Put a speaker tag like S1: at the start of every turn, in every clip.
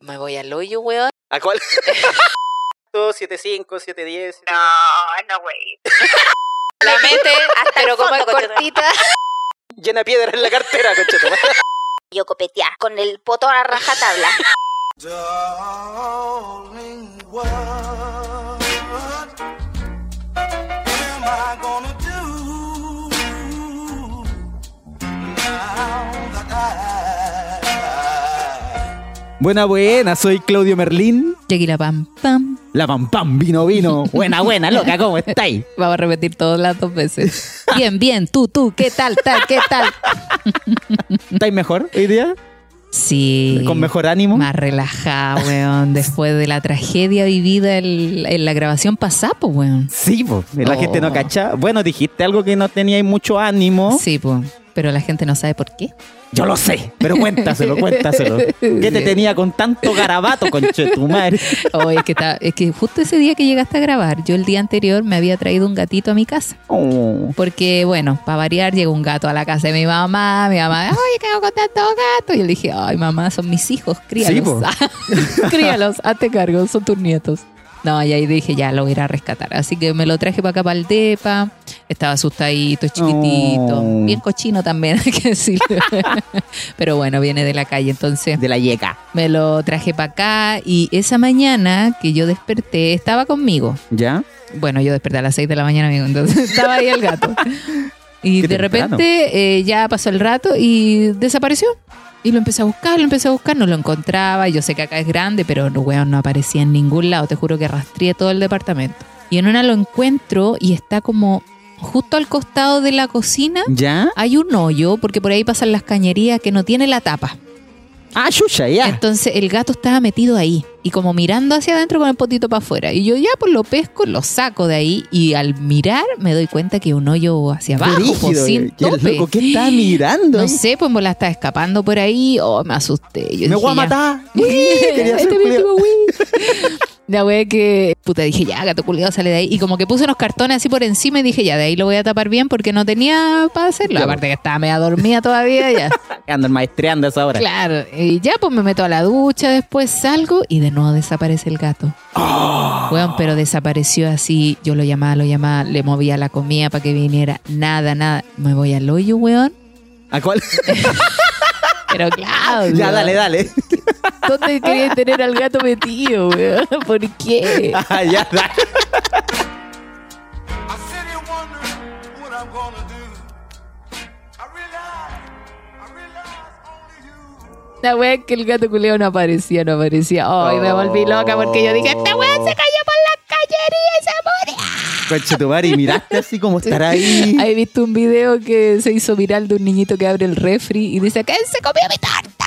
S1: Me voy al hoyo, weón.
S2: ¿A cuál? 7.5, 7.10.
S3: No, no, güey.
S1: La mete, pero como
S3: fondo, conchetumare.
S1: cortita.
S2: Llena piedra en la cartera, conchetumare.
S3: Yo copeteaba con el poto a la rajatabla.
S4: Darling, what am I gonna do now that I
S5: Buena, buena, soy Claudio Merlín.
S1: Chequi la pam pam.
S5: La pam pam, vino, vino. Buena, buena, loca, ¿cómo estáis?
S1: Vamos a repetir todas las dos veces. Bien, bien, tú, tú, ¿qué tal, tal, qué tal?
S5: ¿Estáis mejor hoy día?
S1: Sí.
S5: ¿Con mejor ánimo?
S1: Más relajada, weón. Después de la tragedia vivida el- en la grabación pasada, pues, weón.
S5: Sí, po. la
S1: Oh.
S5: gente no cacha. Bueno, dijiste algo que no teníais mucho ánimo.
S1: Sí, pues. Pero la gente no sabe por qué.
S5: Yo lo sé, pero cuéntaselo, cuéntaselo. ¿Qué te
S1: Sí.
S5: tenía con tanto garabato, conchetumare?
S1: Oh, es, que ta- es que justo ese día que llegaste a grabar, yo el día anterior me había traído un gatito a mi casa.
S5: Oh.
S1: Porque, bueno, para variar, llegó un gato a la casa de mi mamá. Mi mamá, oye, ¿qué hago con tanto gato? Y yo le dije, ay, mamá, son mis hijos, críalos. críalos, hazte cargo, son tus nietos. No, y ahí dije, ya lo voy a ir a rescatar. Así que me lo traje para acá, para el DEPA. Estaba asustadito, es chiquitito.
S5: Oh.
S1: Bien cochino también, hay que decirlo. Pero bueno, viene de la calle, entonces
S5: De la yeca.
S1: me lo traje para acá. Y esa mañana que yo desperté, estaba conmigo.
S5: ¿Ya?
S1: Bueno, yo desperté a las 6 de la mañana, amigo, entonces estaba ahí el gato. Y
S5: Qué
S1: de
S5: temprano.
S1: repente eh, ya pasó el rato y desapareció. Y lo empecé a buscar, lo empecé a buscar, no lo encontraba. Yo sé que acá es grande, pero no, weón, no aparecía en ningún lado. Te juro que rastreé todo el departamento. Y en una lo encuentro y está como justo al costado de la cocina.
S5: ¿Ya?
S1: Hay un hoyo, porque por ahí pasan las cañerías que no tiene la tapa.
S5: Ah, chucha, ya.
S1: Entonces el gato estaba metido ahí y como mirando hacia adentro con el potito para afuera. Y yo ya pues lo pesco, lo saco de ahí y al mirar me doy cuenta que un hoyo hacia abajo, pues,
S5: Brígido,
S1: sin
S5: y el
S1: tope.
S5: loco, ¿Qué está mirando?
S1: No
S5: ahí?
S1: sé, pues me la está escapando por ahí. Oh, me asusté. Yo dije,
S5: Me voy
S1: ya.
S5: a matar. Uy, Quería
S1: Este es
S5: hacer
S1: mi último
S5: culiao.
S1: win. La wea que, puta, dije, ya, gato culiado sale de ahí. Y como que puse unos cartones así por encima y dije, ya, de ahí lo voy a tapar bien porque no tenía para hacerlo.
S5: Ya, pues.
S1: Aparte que estaba media dormida todavía, ya.
S5: Andan maestreando a esa hora.
S1: Claro, y ya pues me meto a la ducha, después salgo y de nuevo desaparece el gato. Weón, pero desapareció así, yo lo llamaba, lo llamaba, le movía la comida para que viniera, nada, nada. Me voy al hoyo, weón.
S5: ¿A cuál?
S1: Pero claro,
S5: ya,
S1: weón,
S5: dale, dale.
S1: ¿dónde quería tener al gato metido, weón? ¿Por qué?
S5: Ah, ya, dale.
S4: I sit here wondering what I'm gonna do. I realize, I realize only you.
S1: La wea es que el gato culeo no aparecía, no aparecía. Ay, me volví loca porque yo dije, esta weón se cayó por la callería y se murió.
S5: Conchetumare, y miraste así como estará ahí.
S1: He visto un video que se hizo viral de un niñito que abre el refri y dice que él se comió mi torta.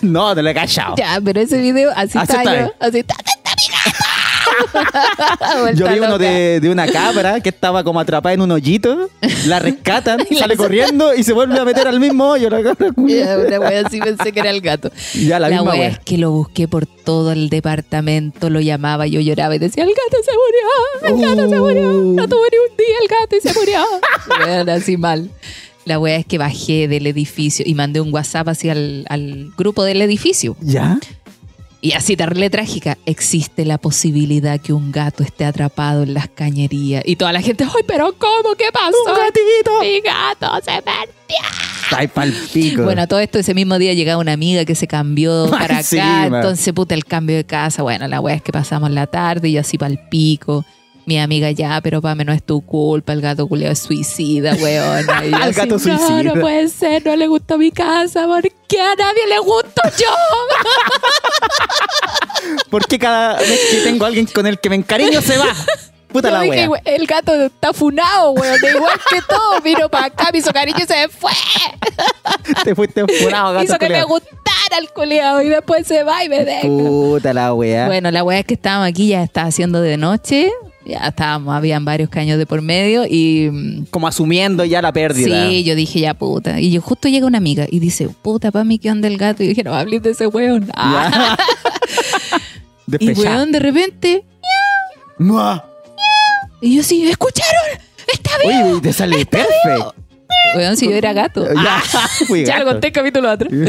S5: No, te lo he cachado.
S1: Ya, pero ese video así,
S5: Así
S1: está,
S5: está
S1: yo,
S5: él.
S1: así está, está mi gato.
S5: Yo
S1: Vuelta
S5: vi uno
S1: loca.
S5: de, de una cabra que estaba como atrapada en un hoyito, la rescatan,
S1: Y la
S5: sale
S1: sacan.
S5: corriendo y se vuelve a meter al mismo hoyo. La cabra, culia.
S1: Ya, Una wea así pensé que era el gato.
S5: ya la,
S1: La,
S5: misma
S1: wea
S5: wea.
S1: es que lo busqué por todo el departamento, lo llamaba, yo lloraba y decía, el gato se murió, el gato se murió,
S5: Oh.
S1: no tuvo ni un día el gato y se murió. Weón, así mal. La wea es que bajé del edificio y mandé un WhatsApp así al, al grupo del edificio.
S5: ¿Ya?
S1: Y así, terrible trágica, existe la posibilidad que un gato esté atrapado en las cañerías. Y toda la gente, ¡ay, pero cómo! ¿Qué pasó?
S5: ¡Un gatito!
S1: ¡Mi gato se perdió!
S5: Ay, pal pico.
S1: Bueno, a todo esto, ese mismo día llegaba una amiga que se cambió para acá.
S5: sí, man.
S1: entonces, puta, el cambio de casa. Bueno, la wea es que pasamos la tarde y yo así pa'l pico. Mi amiga ya, pero pame, no es tu culpa, el gato culiao es suicida, weón. Y yo
S5: Al
S1: así,
S5: gato
S1: No,
S5: suicida".
S1: no puede ser, no le gustó mi casa, ¿por qué a nadie le gusto yo?
S5: ¿Por qué cada vez que tengo a alguien con el que me encariño se va? Puta
S1: Yo
S5: la
S1: dije,
S5: wea.
S1: "We- el gato está funado, weón. de Igual que todo, vino para acá, me hizo cariño y se fue.
S5: Te fuiste furado, Ah, gato.
S1: hizo que me
S5: culiao.
S1: gustara el culiao y después se va y me deja.
S5: Puta la wea.
S1: Bueno, la weá es que estábamos aquí, ya estaba haciendo de noche. Ya estábamos, habían varios caños de por medio y... mm,
S5: Como asumiendo ya la pérdida.
S1: Sí, yo dije ya puta. Y yo justo llega una amiga y dice, puta, pa' mí, ¿qué onda el gato? Y yo dije, no hables de ese weón. Ah.
S5: Ya.
S1: y
S5: Despechada.
S1: weón, de repente.
S5: Mua.
S1: Y yo sí, ¿escucharon? Está bien.
S5: Uy, te sale perfecto.
S1: Weón, si yo era gato.
S5: Ya, fui
S1: Ah, Ya lo
S5: gato.
S1: conté el capítulo atrás.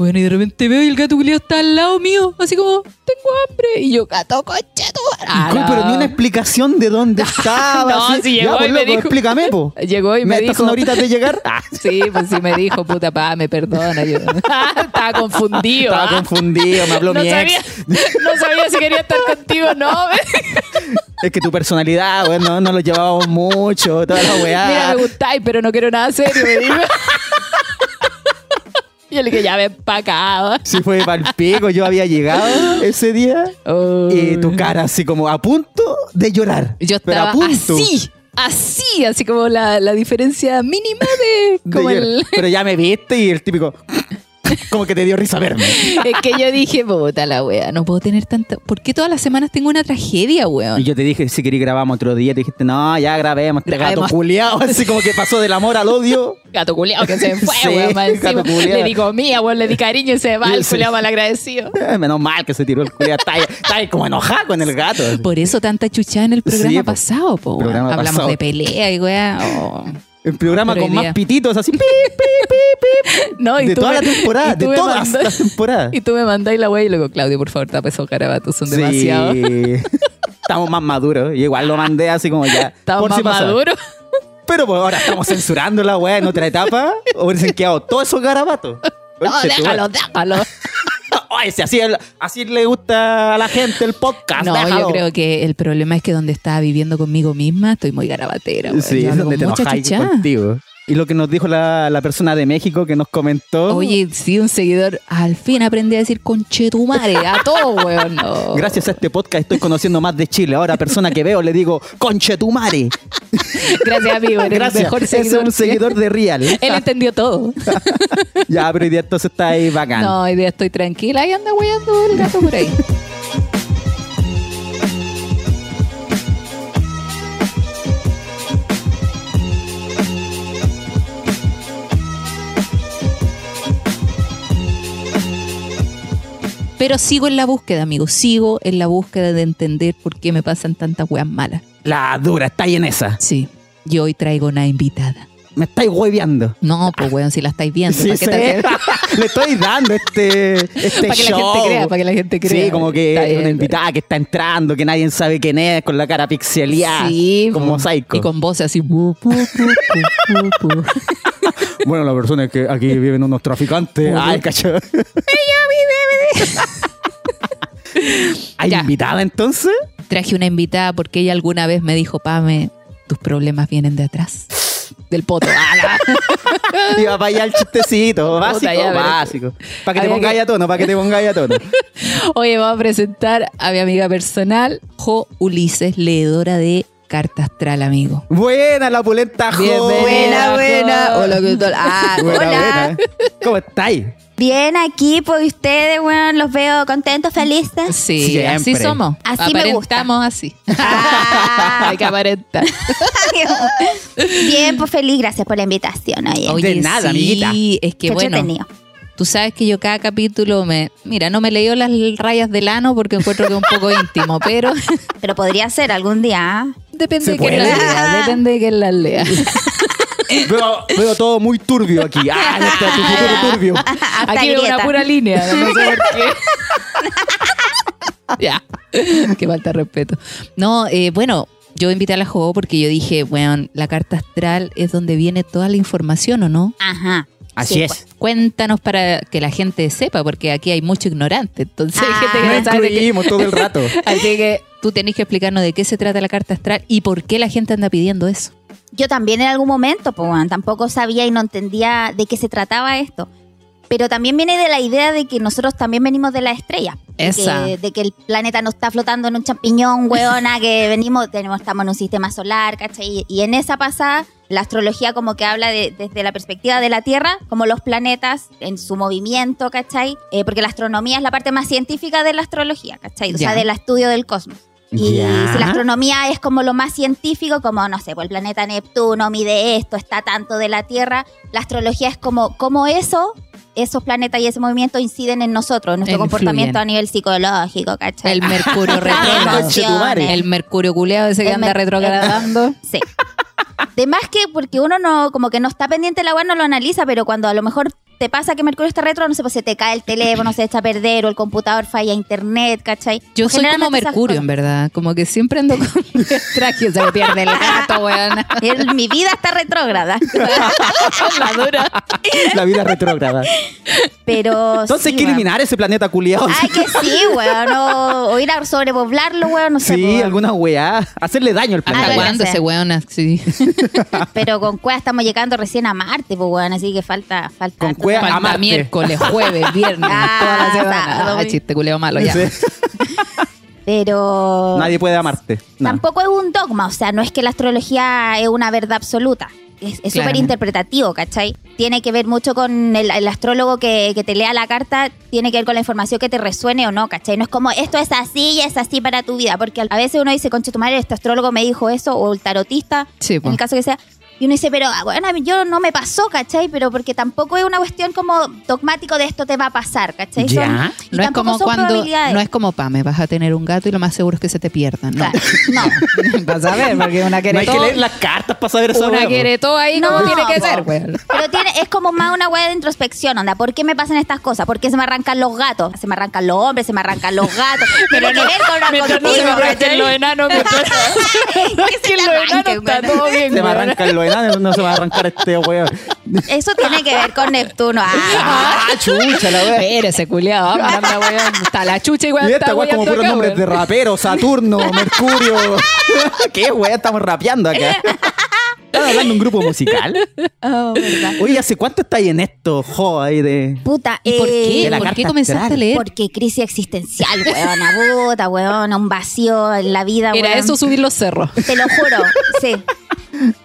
S1: Bueno, y de repente veo y el gato culiado está al lado mío, así como, tengo hambre. Y yo, gato, concha tu madre". Ah,
S5: Cool,
S1: no.
S5: Pero ni una explicación de dónde estaba.
S1: No,
S5: así.
S1: sí
S5: Ya,
S1: llegó
S5: pues,
S1: y me
S5: loco,
S1: dijo-
S5: Explícame, po.
S1: Llegó y me
S5: ¿Me estás
S1: dijo-
S5: una horita de llegar? Ah,
S1: Sí, pues sí me dijo, puta pa, me perdona. Yo, estaba confundido.
S5: estaba
S1: ah.
S5: confundido, me habló
S1: no
S5: mi ex.
S1: sabía, no sabía si quería estar contigo o no.
S5: Es que tu personalidad, weón, no, no lo llevábamos mucho, toda la weá.
S1: Mira, me gustáis, pero no quiero nada serio, me dijo. Yo le dije, ya ven pa' acá.
S5: Si fue para el pico, yo había llegado ese día y tu cara así como a punto de llorar.
S1: Yo
S5: pero
S1: estaba
S5: a punto
S1: así, así, así como la, la diferencia mínima de
S5: de
S1: como
S5: llorar.
S1: el...
S5: Pero ya me viste y el típico como que te dio risa verme.
S1: Es que yo dije, puta la wea, no puedo tener tanta... ¿Por qué todas las semanas tengo una tragedia,
S5: Y
S1: weón?
S5: yo te dije, si querí grabamos otro día, te dijiste, no, ya grabemos, este gato
S1: Grabemos.
S5: culiao, así como que pasó del amor al odio.
S1: Gato culiao que se fue,
S5: Sí,
S1: weón, más
S5: gato
S1: encima.
S5: culiao.
S1: Le di comida, weón, le di cariño y se va, el
S5: Sí.
S1: culiao malagradecido.
S5: Eh, Menos mal que se tiró el culiao, está, ahí- está ahí como enojado con el gato.
S1: Por eso tanta chuchada en el programa
S5: Sí, po.
S1: pasado, po, weón.
S5: Programa
S1: Hablamos
S5: pasado.
S1: de pelea y weá. oh.
S5: El programa
S1: Pero
S5: con
S1: hoy
S5: más
S1: día-
S5: pititos, así, pi, pi, pi, pi.
S1: No, y
S5: de
S1: tú
S5: toda
S1: me-
S5: la temporada,
S1: y
S5: de
S1: tú me
S5: todas
S1: mandas-
S5: las temporadas.
S1: Y tú me mandáis la weá y luego, Claudio, por favor, tapa esos garabatos, son demasiados.
S5: Sí. Estamos más maduros. Y igual lo mandé así como ya.
S1: Estamos
S5: por
S1: más
S5: si pasa.
S1: maduros.
S5: Pero pues, ahora estamos censurando la weá en otra etapa. Hubiesen quedado todos esos garabatos.
S1: No,
S5: Conche tu madre.
S1: déjalo, déjalo.
S5: Ay, si así, así le gusta a la gente el podcast.
S1: No, yo creo que el problema es que donde estaba viviendo conmigo misma, estoy muy garabatera. weón.
S5: Sí,
S1: Yo
S5: es
S1: hablo
S5: donde te
S1: con mucha
S5: enojáis
S1: chuchada.
S5: contigo. Y lo que nos dijo la, la persona de México que nos comentó.
S1: Oye, sí, un seguidor, al fin aprendí a decir conchetumare a todo, weón. No.
S5: Gracias a este podcast estoy conociendo más de Chile. Ahora, persona que veo, le digo, conchetumare.
S1: Gracias, amigo. Eres
S5: Gracias.
S1: el mejor
S5: Ese
S1: seguidor. Eh.
S5: es un seguidor de Real.
S1: Él entendió todo.
S5: ya, pero hoy día entonces está ahí bacán.
S1: No, hoy día estoy tranquila y anda weyando el gato por ahí. Pero sigo en la búsqueda, amigos. Sigo en la búsqueda de entender por qué me pasan tantas weas malas.
S5: La dura, está ahí en esa.
S1: Sí. Y hoy traigo una invitada.
S5: Me estáis hueveando.
S1: No, pues weón, si la estáis viendo.
S5: Sí,
S1: ¿para qué
S5: sí.
S1: te-
S5: Le estoy dando este, este
S1: Para que la
S5: show.
S1: gente crea, para que la gente crea.
S5: Sí, como que
S1: Está
S5: es
S1: bien, está
S5: una invitada que está entrando, que nadie sabe quién es, con la cara pixeleada.
S1: Sí,
S5: como
S1: po.
S5: psycho.
S1: Y con voces así. bu, bu, bu, bu, bu, bu.
S5: Bueno, la persona es que aquí viven unos traficantes.
S1: Ujú.
S5: Ay, cacho. ¿Hay
S1: Ya.
S5: invitada entonces?
S1: Traje una invitada porque ella alguna vez me dijo, Pame, tus problemas vienen de atrás. Del poto. Ah, ¡Ala!
S5: Y va para allá el chistecito, básico,
S1: ya, pero-
S5: básico. Para que te
S1: Había
S5: pongáis
S1: que-
S5: a tono, para que te pongáis a tono.
S1: Oye, vamos a presentar a mi amiga personal, Jo Ulises, leedora de Carta Astral, amigo.
S5: Buena la opulenta joven.
S1: Bienvenida.
S3: Buena, buena.
S1: Jo.
S3: Hola, ¿qué tal? Ah,
S5: Buena,
S3: hola.
S5: buena. ¿Cómo estáis?
S3: Bien aquí por ustedes, weón. Los veo contentos, felices.
S1: Sí,
S5: Siempre.
S1: así somos.
S3: Así me gusta.
S1: Aparentamos así.
S3: Ah.
S1: Hay que aparentar.
S3: Bien, pues feliz. Gracias por la invitación, oye.
S1: Oye,
S5: nada,
S1: sí,
S5: amiguita.
S1: es que
S3: Qué
S1: Oh, bueno.
S3: entretenido.
S1: Tú sabes que yo cada capítulo me... Mira, no me leo las rayas del ano porque encuentro que es un poco íntimo, pero
S3: Pero podría ser algún día. ¿ah?
S1: depende
S5: ¿Se
S1: de quién
S5: puede?
S1: las lea. Depende de quién las lea.
S5: Veo, veo todo muy turbio aquí. Ah, no está tu futuro turbio.
S3: Hasta
S1: Aquí veo una
S3: grieta.
S1: pura línea, no sé por qué. ya, qué falta de respeto. No, eh, bueno, yo invité a la juego porque yo dije, bueno, la carta astral es donde viene toda la información, ¿o no?
S3: Ajá.
S5: Así
S3: Sí,
S5: es.
S3: pues.
S1: Cuéntanos para que la gente sepa, porque aquí hay mucho ignorante. Entonces, hay
S3: Ah.
S1: gente
S5: No
S1: que no sabe de qué-
S5: incluimos todo el rato.
S1: Así que tú tenés que explicarnos de qué se trata la carta astral y por qué la gente anda pidiendo eso.
S3: Yo también en algún momento, pues, weón, tampoco sabía y no entendía de qué se trataba esto. Pero también viene de la idea de que nosotros también venimos de la estrella. De
S1: Esa.
S3: que- de que el planeta no está flotando en un champiñón, weona, que venimos, tenemos, estamos en un sistema solar, ¿cachai? Y, y en esa pasada, la astrología como que habla de- desde la perspectiva de la Tierra, como los planetas en su movimiento, ¿cachai? Eh, porque la astronomía es la parte más científica de la astrología, ¿cachai? O sea,
S1: Ya.
S3: del estudio del cosmos. Y
S5: Ya.
S3: si la astronomía es como lo más científico, como no sé, pues el planeta Neptuno mide esto, está tanto de la Tierra, la astrología es como cómo eso, esos planetas y ese movimiento inciden en nosotros, en nuestro
S1: Influyen.
S3: comportamiento a nivel psicológico, ¿cachai?
S1: El mercurio
S3: Las
S1: retrógrado.
S3: emociones.
S1: El mercurio culeado ese que
S3: El
S1: anda
S3: mer-
S1: retrogradando.
S3: Sí. Además que porque uno no, como que no está pendiente la agua, no lo analiza, pero cuando a lo mejor te pasa que Mercurio está retro, no sé, pues se te cae el teléfono, se echa a perder o el computador falla internet, ¿cachai?
S1: Yo soy como
S3: Generalmente esas
S1: Mercurio, en
S3: cosas.
S1: verdad. Como que siempre ando con traje, se me pierde el gato, weón.
S3: El- Mi vida está retrógrada.
S5: La vida retrógrada.
S3: Pero.
S5: Entonces
S3: sí,
S5: hay que
S3: weón.
S5: eliminar ese planeta culiado.
S3: Ay, que sí, weón. O, o ir a sobrepoblarlo, weón, no sé. pues, po,
S5: Sí,
S3: weón.
S5: alguna weá. Hacerle daño al
S1: ¿Hasta
S3: Algo
S5: planeta.
S3: así.
S1: cuándo ese weón así?
S3: Pero con Cueva estamos llegando recién a Marte, pues, weón. Así que falta. falta
S5: Con
S3: harto
S5: Cueva-
S3: trabajo.
S1: Falta
S5: Amarte.
S1: miércoles, jueves, viernes,
S3: Ah,
S1: toda la semana.
S3: sábado,
S1: Ah, chiste culeo malo ya.
S5: Sí.
S3: Pero.
S5: Nadie puede amarte. No.
S3: Tampoco es un dogma, o sea, no es que la astrología es una verdad absoluta. Es es súper
S1: Claramente.
S3: interpretativo, ¿cachai? Tiene que ver mucho con el, el astrólogo que, que te lea la carta, tiene que ver con la información que te resuene o no, ¿cachai? No es como esto es así y es así para tu vida, porque a veces uno dice, concha tu madre, este astrólogo me dijo eso, o el tarotista,
S1: Sí, po.
S3: en el caso que sea. Y uno dice, pero ah, bueno, a mí- yo no me pasó, ¿cachai? Pero porque tampoco es una cuestión como dogmático de esto te va a pasar, ¿cachai?
S5: Ya.
S3: y
S1: No es
S3: tampoco
S1: como
S3: son
S1: cuando,
S3: probabilidades.
S1: no es como Pame, vas a tener un gato y lo más seguro es que se te pierda. No.
S3: Claro, no.
S1: Vas a ver, porque una
S5: No
S1: quiere
S5: hay que
S1: todo.
S5: leer las cartas para saber esa
S1: Una
S5: weá.
S1: quiere todo ahí como tiene que
S3: po.
S1: ser, weón.
S3: Pero tiene, es como más una weá de introspección, onda. ¿Por qué me pasan estas cosas? ¿Por qué se me arrancan los gatos? Se me arrancan los hombres, se me arrancan los gatos. Pero tiene que ver con una contigo, ¿cachai?
S1: enanos,
S3: Que se te arranquen, weón.
S5: Se me arranca el enano, no se me va a arrancar este weón.
S3: Eso tiene que ver con Neptuno. Ah.
S5: Ah, chucha, la weá.
S1: Ese culiado, vamos, anda, weón. Está la chucha igual.
S5: Y
S1: está
S5: esta weá es como
S1: weando
S5: puros
S1: acá,
S5: nombres
S1: weón.
S5: de rapero, Saturno, Mercurio. ¿Qué weá estamos rapeando acá? ¿Están hablando de un grupo musical?
S1: Ah,
S3: Oh, verdad.
S5: Oye, ¿hace cuánto estáis en esto, jo, ahí de...
S3: Puta,
S1: ¿Y por
S3: eh,
S1: qué?
S5: de la
S1: ¿Por qué
S5: carta
S1: comenzaste a
S5: astral.
S1: leer?
S3: Porque crisis existencial, weona, puta, weona, un vacío en la vida,
S1: Era
S3: weón.
S1: eso subir los cerros.
S3: Te lo juro, sí.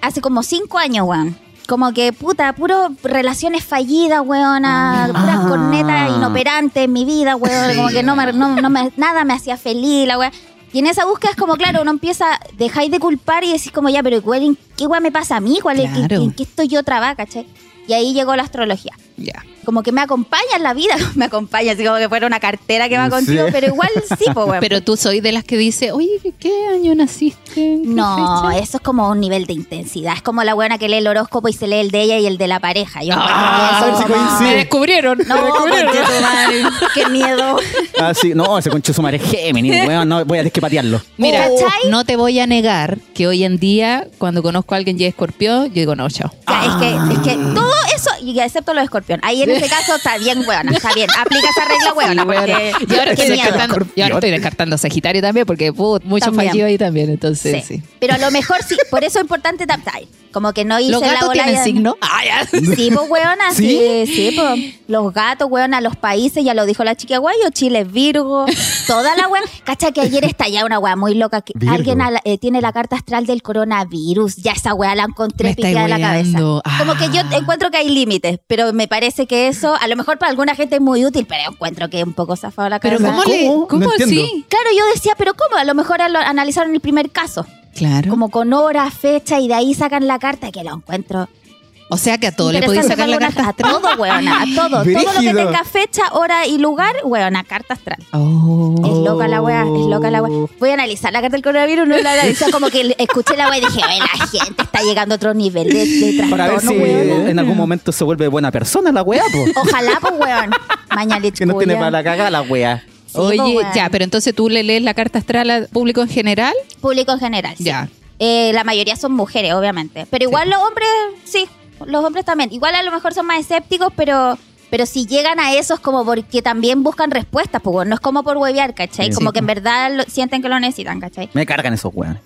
S3: Hace como cinco años, weón. Como que, puta, puro relaciones fallidas, weona. Puras
S5: Ah.
S3: cornetas inoperantes en mi vida, weón. Como que no me, no- no me- nada me hacía feliz, la weón. Y en esa búsqueda es como, claro, uno empieza, dejáis de culpar y decís como, ya, pero igual, ¿en ¿qué weón me pasa a mí? ¿Cuál es-
S1: Claro.
S3: en, en qué estoy yo trabada, cachai? Y ahí llegó la astrología
S1: Ya.
S3: como que me acompaña en la vida, me acompaña, así como que fuera una cartera que va
S5: Sí.
S3: contigo, pero igual sí, pues bueno.
S1: Pero tú soy de las que dice, oye, ¿qué- ¿qué año naciste? ¿Qué
S3: No,
S1: fecha?"
S3: eso es como un nivel de intensidad. Es como la buena que lee el horóscopo y se lee el de ella y el de la pareja. Yo
S5: Ah, a ver si
S3: encuentro eso como-
S5: coincide.
S1: Me descubrieron.
S3: No,
S1: me descubrieron.
S3: conche tu madre, qué miedo.
S5: Ah, sí, no, ese concho su madre es Géminis, weón, no, voy a tener que patearlo.
S1: Mira,
S3: ¿Cachai?
S1: no te voy a negar que hoy en día, cuando conozco a alguien y es escorpión, yo digo, no, chao.
S3: O sea, es, que, es que todo eso, y excepto los escorpión. Ahí en ese caso está bien, buena, está bien. Aplica esa regla, buena, porque
S1: Y ahora,
S3: qué
S1: estoy
S3: miedo.
S1: descartando, y ahora estoy descartando Sagitario también, porque put, mucho
S3: También.
S1: fallido ahí también, entonces
S3: Sí.
S1: sí.
S3: Pero a lo mejor sí, por eso es importante taptar. Como que no hice
S1: ¿Los
S3: la
S1: gatos
S3: bola
S1: tienen
S3: ya-
S1: signo? Ah, ya.
S3: Sí, pues, weona,
S5: ¿Sí?
S3: sí, sí, pues. Los gatos, weona, los países, ya lo dijo la chica guayo, Chile es Virgo, toda la weona. Cacha que ayer estalló una wea muy loca, que
S5: Virgo.
S3: alguien ala- eh, tiene la carta astral del coronavirus, ya esa wea la encontré
S1: Me estáis
S3: picada en la cabeza.
S1: weando. Ah.
S3: Como que yo encuentro que hay límites, pero me parece que eso, a lo mejor para alguna gente es muy útil, pero yo encuentro que es un poco zafado la
S1: Pero
S3: cabeza.
S1: ¿cómo, le,
S5: ¿Cómo?
S1: ¿cómo
S5: No entiendo.
S1: así?
S3: Claro, yo decía, pero ¿cómo? A lo mejor a lo- analizaron el primer caso,
S1: Claro.
S3: como con hora, fecha, y de ahí sacan la carta, que lo encuentro
S1: O sea que a todo le
S3: Interesante,
S1: podéis sacar la
S3: alguna-
S1: carta
S3: A
S1: astral.
S3: todo, weona, a todo. Todo lo que
S5: Brígido.
S3: tenga fecha, hora y lugar, weona, carta astral. Es
S1: Oh.
S3: loca la weá, es loca la
S5: Oh.
S3: weá. Voy a analizar la carta del coronavirus, no la analizó como que escuché la weá y dije, "Oye, la gente está llegando a otro nivel de, de
S5: Para ver
S3: trastorno,
S5: si
S3: weona.
S5: en algún momento se vuelve buena persona la weá, po.
S3: Ojalá, pues, weón. Mañalich,
S5: Que no tiene
S3: culia.
S5: para la cagada la weá.
S3: Sí, pues,
S1: Oye,
S3: weón.
S1: ya, pero entonces tú le lees la carta astral al público en general.
S3: Público en general, sí.
S1: Ya.
S3: Eh, la mayoría son mujeres, obviamente. Pero igual los hombres, sí, los hombres también. Igual a lo mejor son más escépticos, pero, pero si llegan a eso es como porque también buscan respuestas, pues bueno, no es como por huevear, ¿cachai?
S5: Sí,
S3: como
S5: sí.
S3: que en verdad lo- sienten que lo necesitan, ¿cachai?
S5: Me cargan esos weones.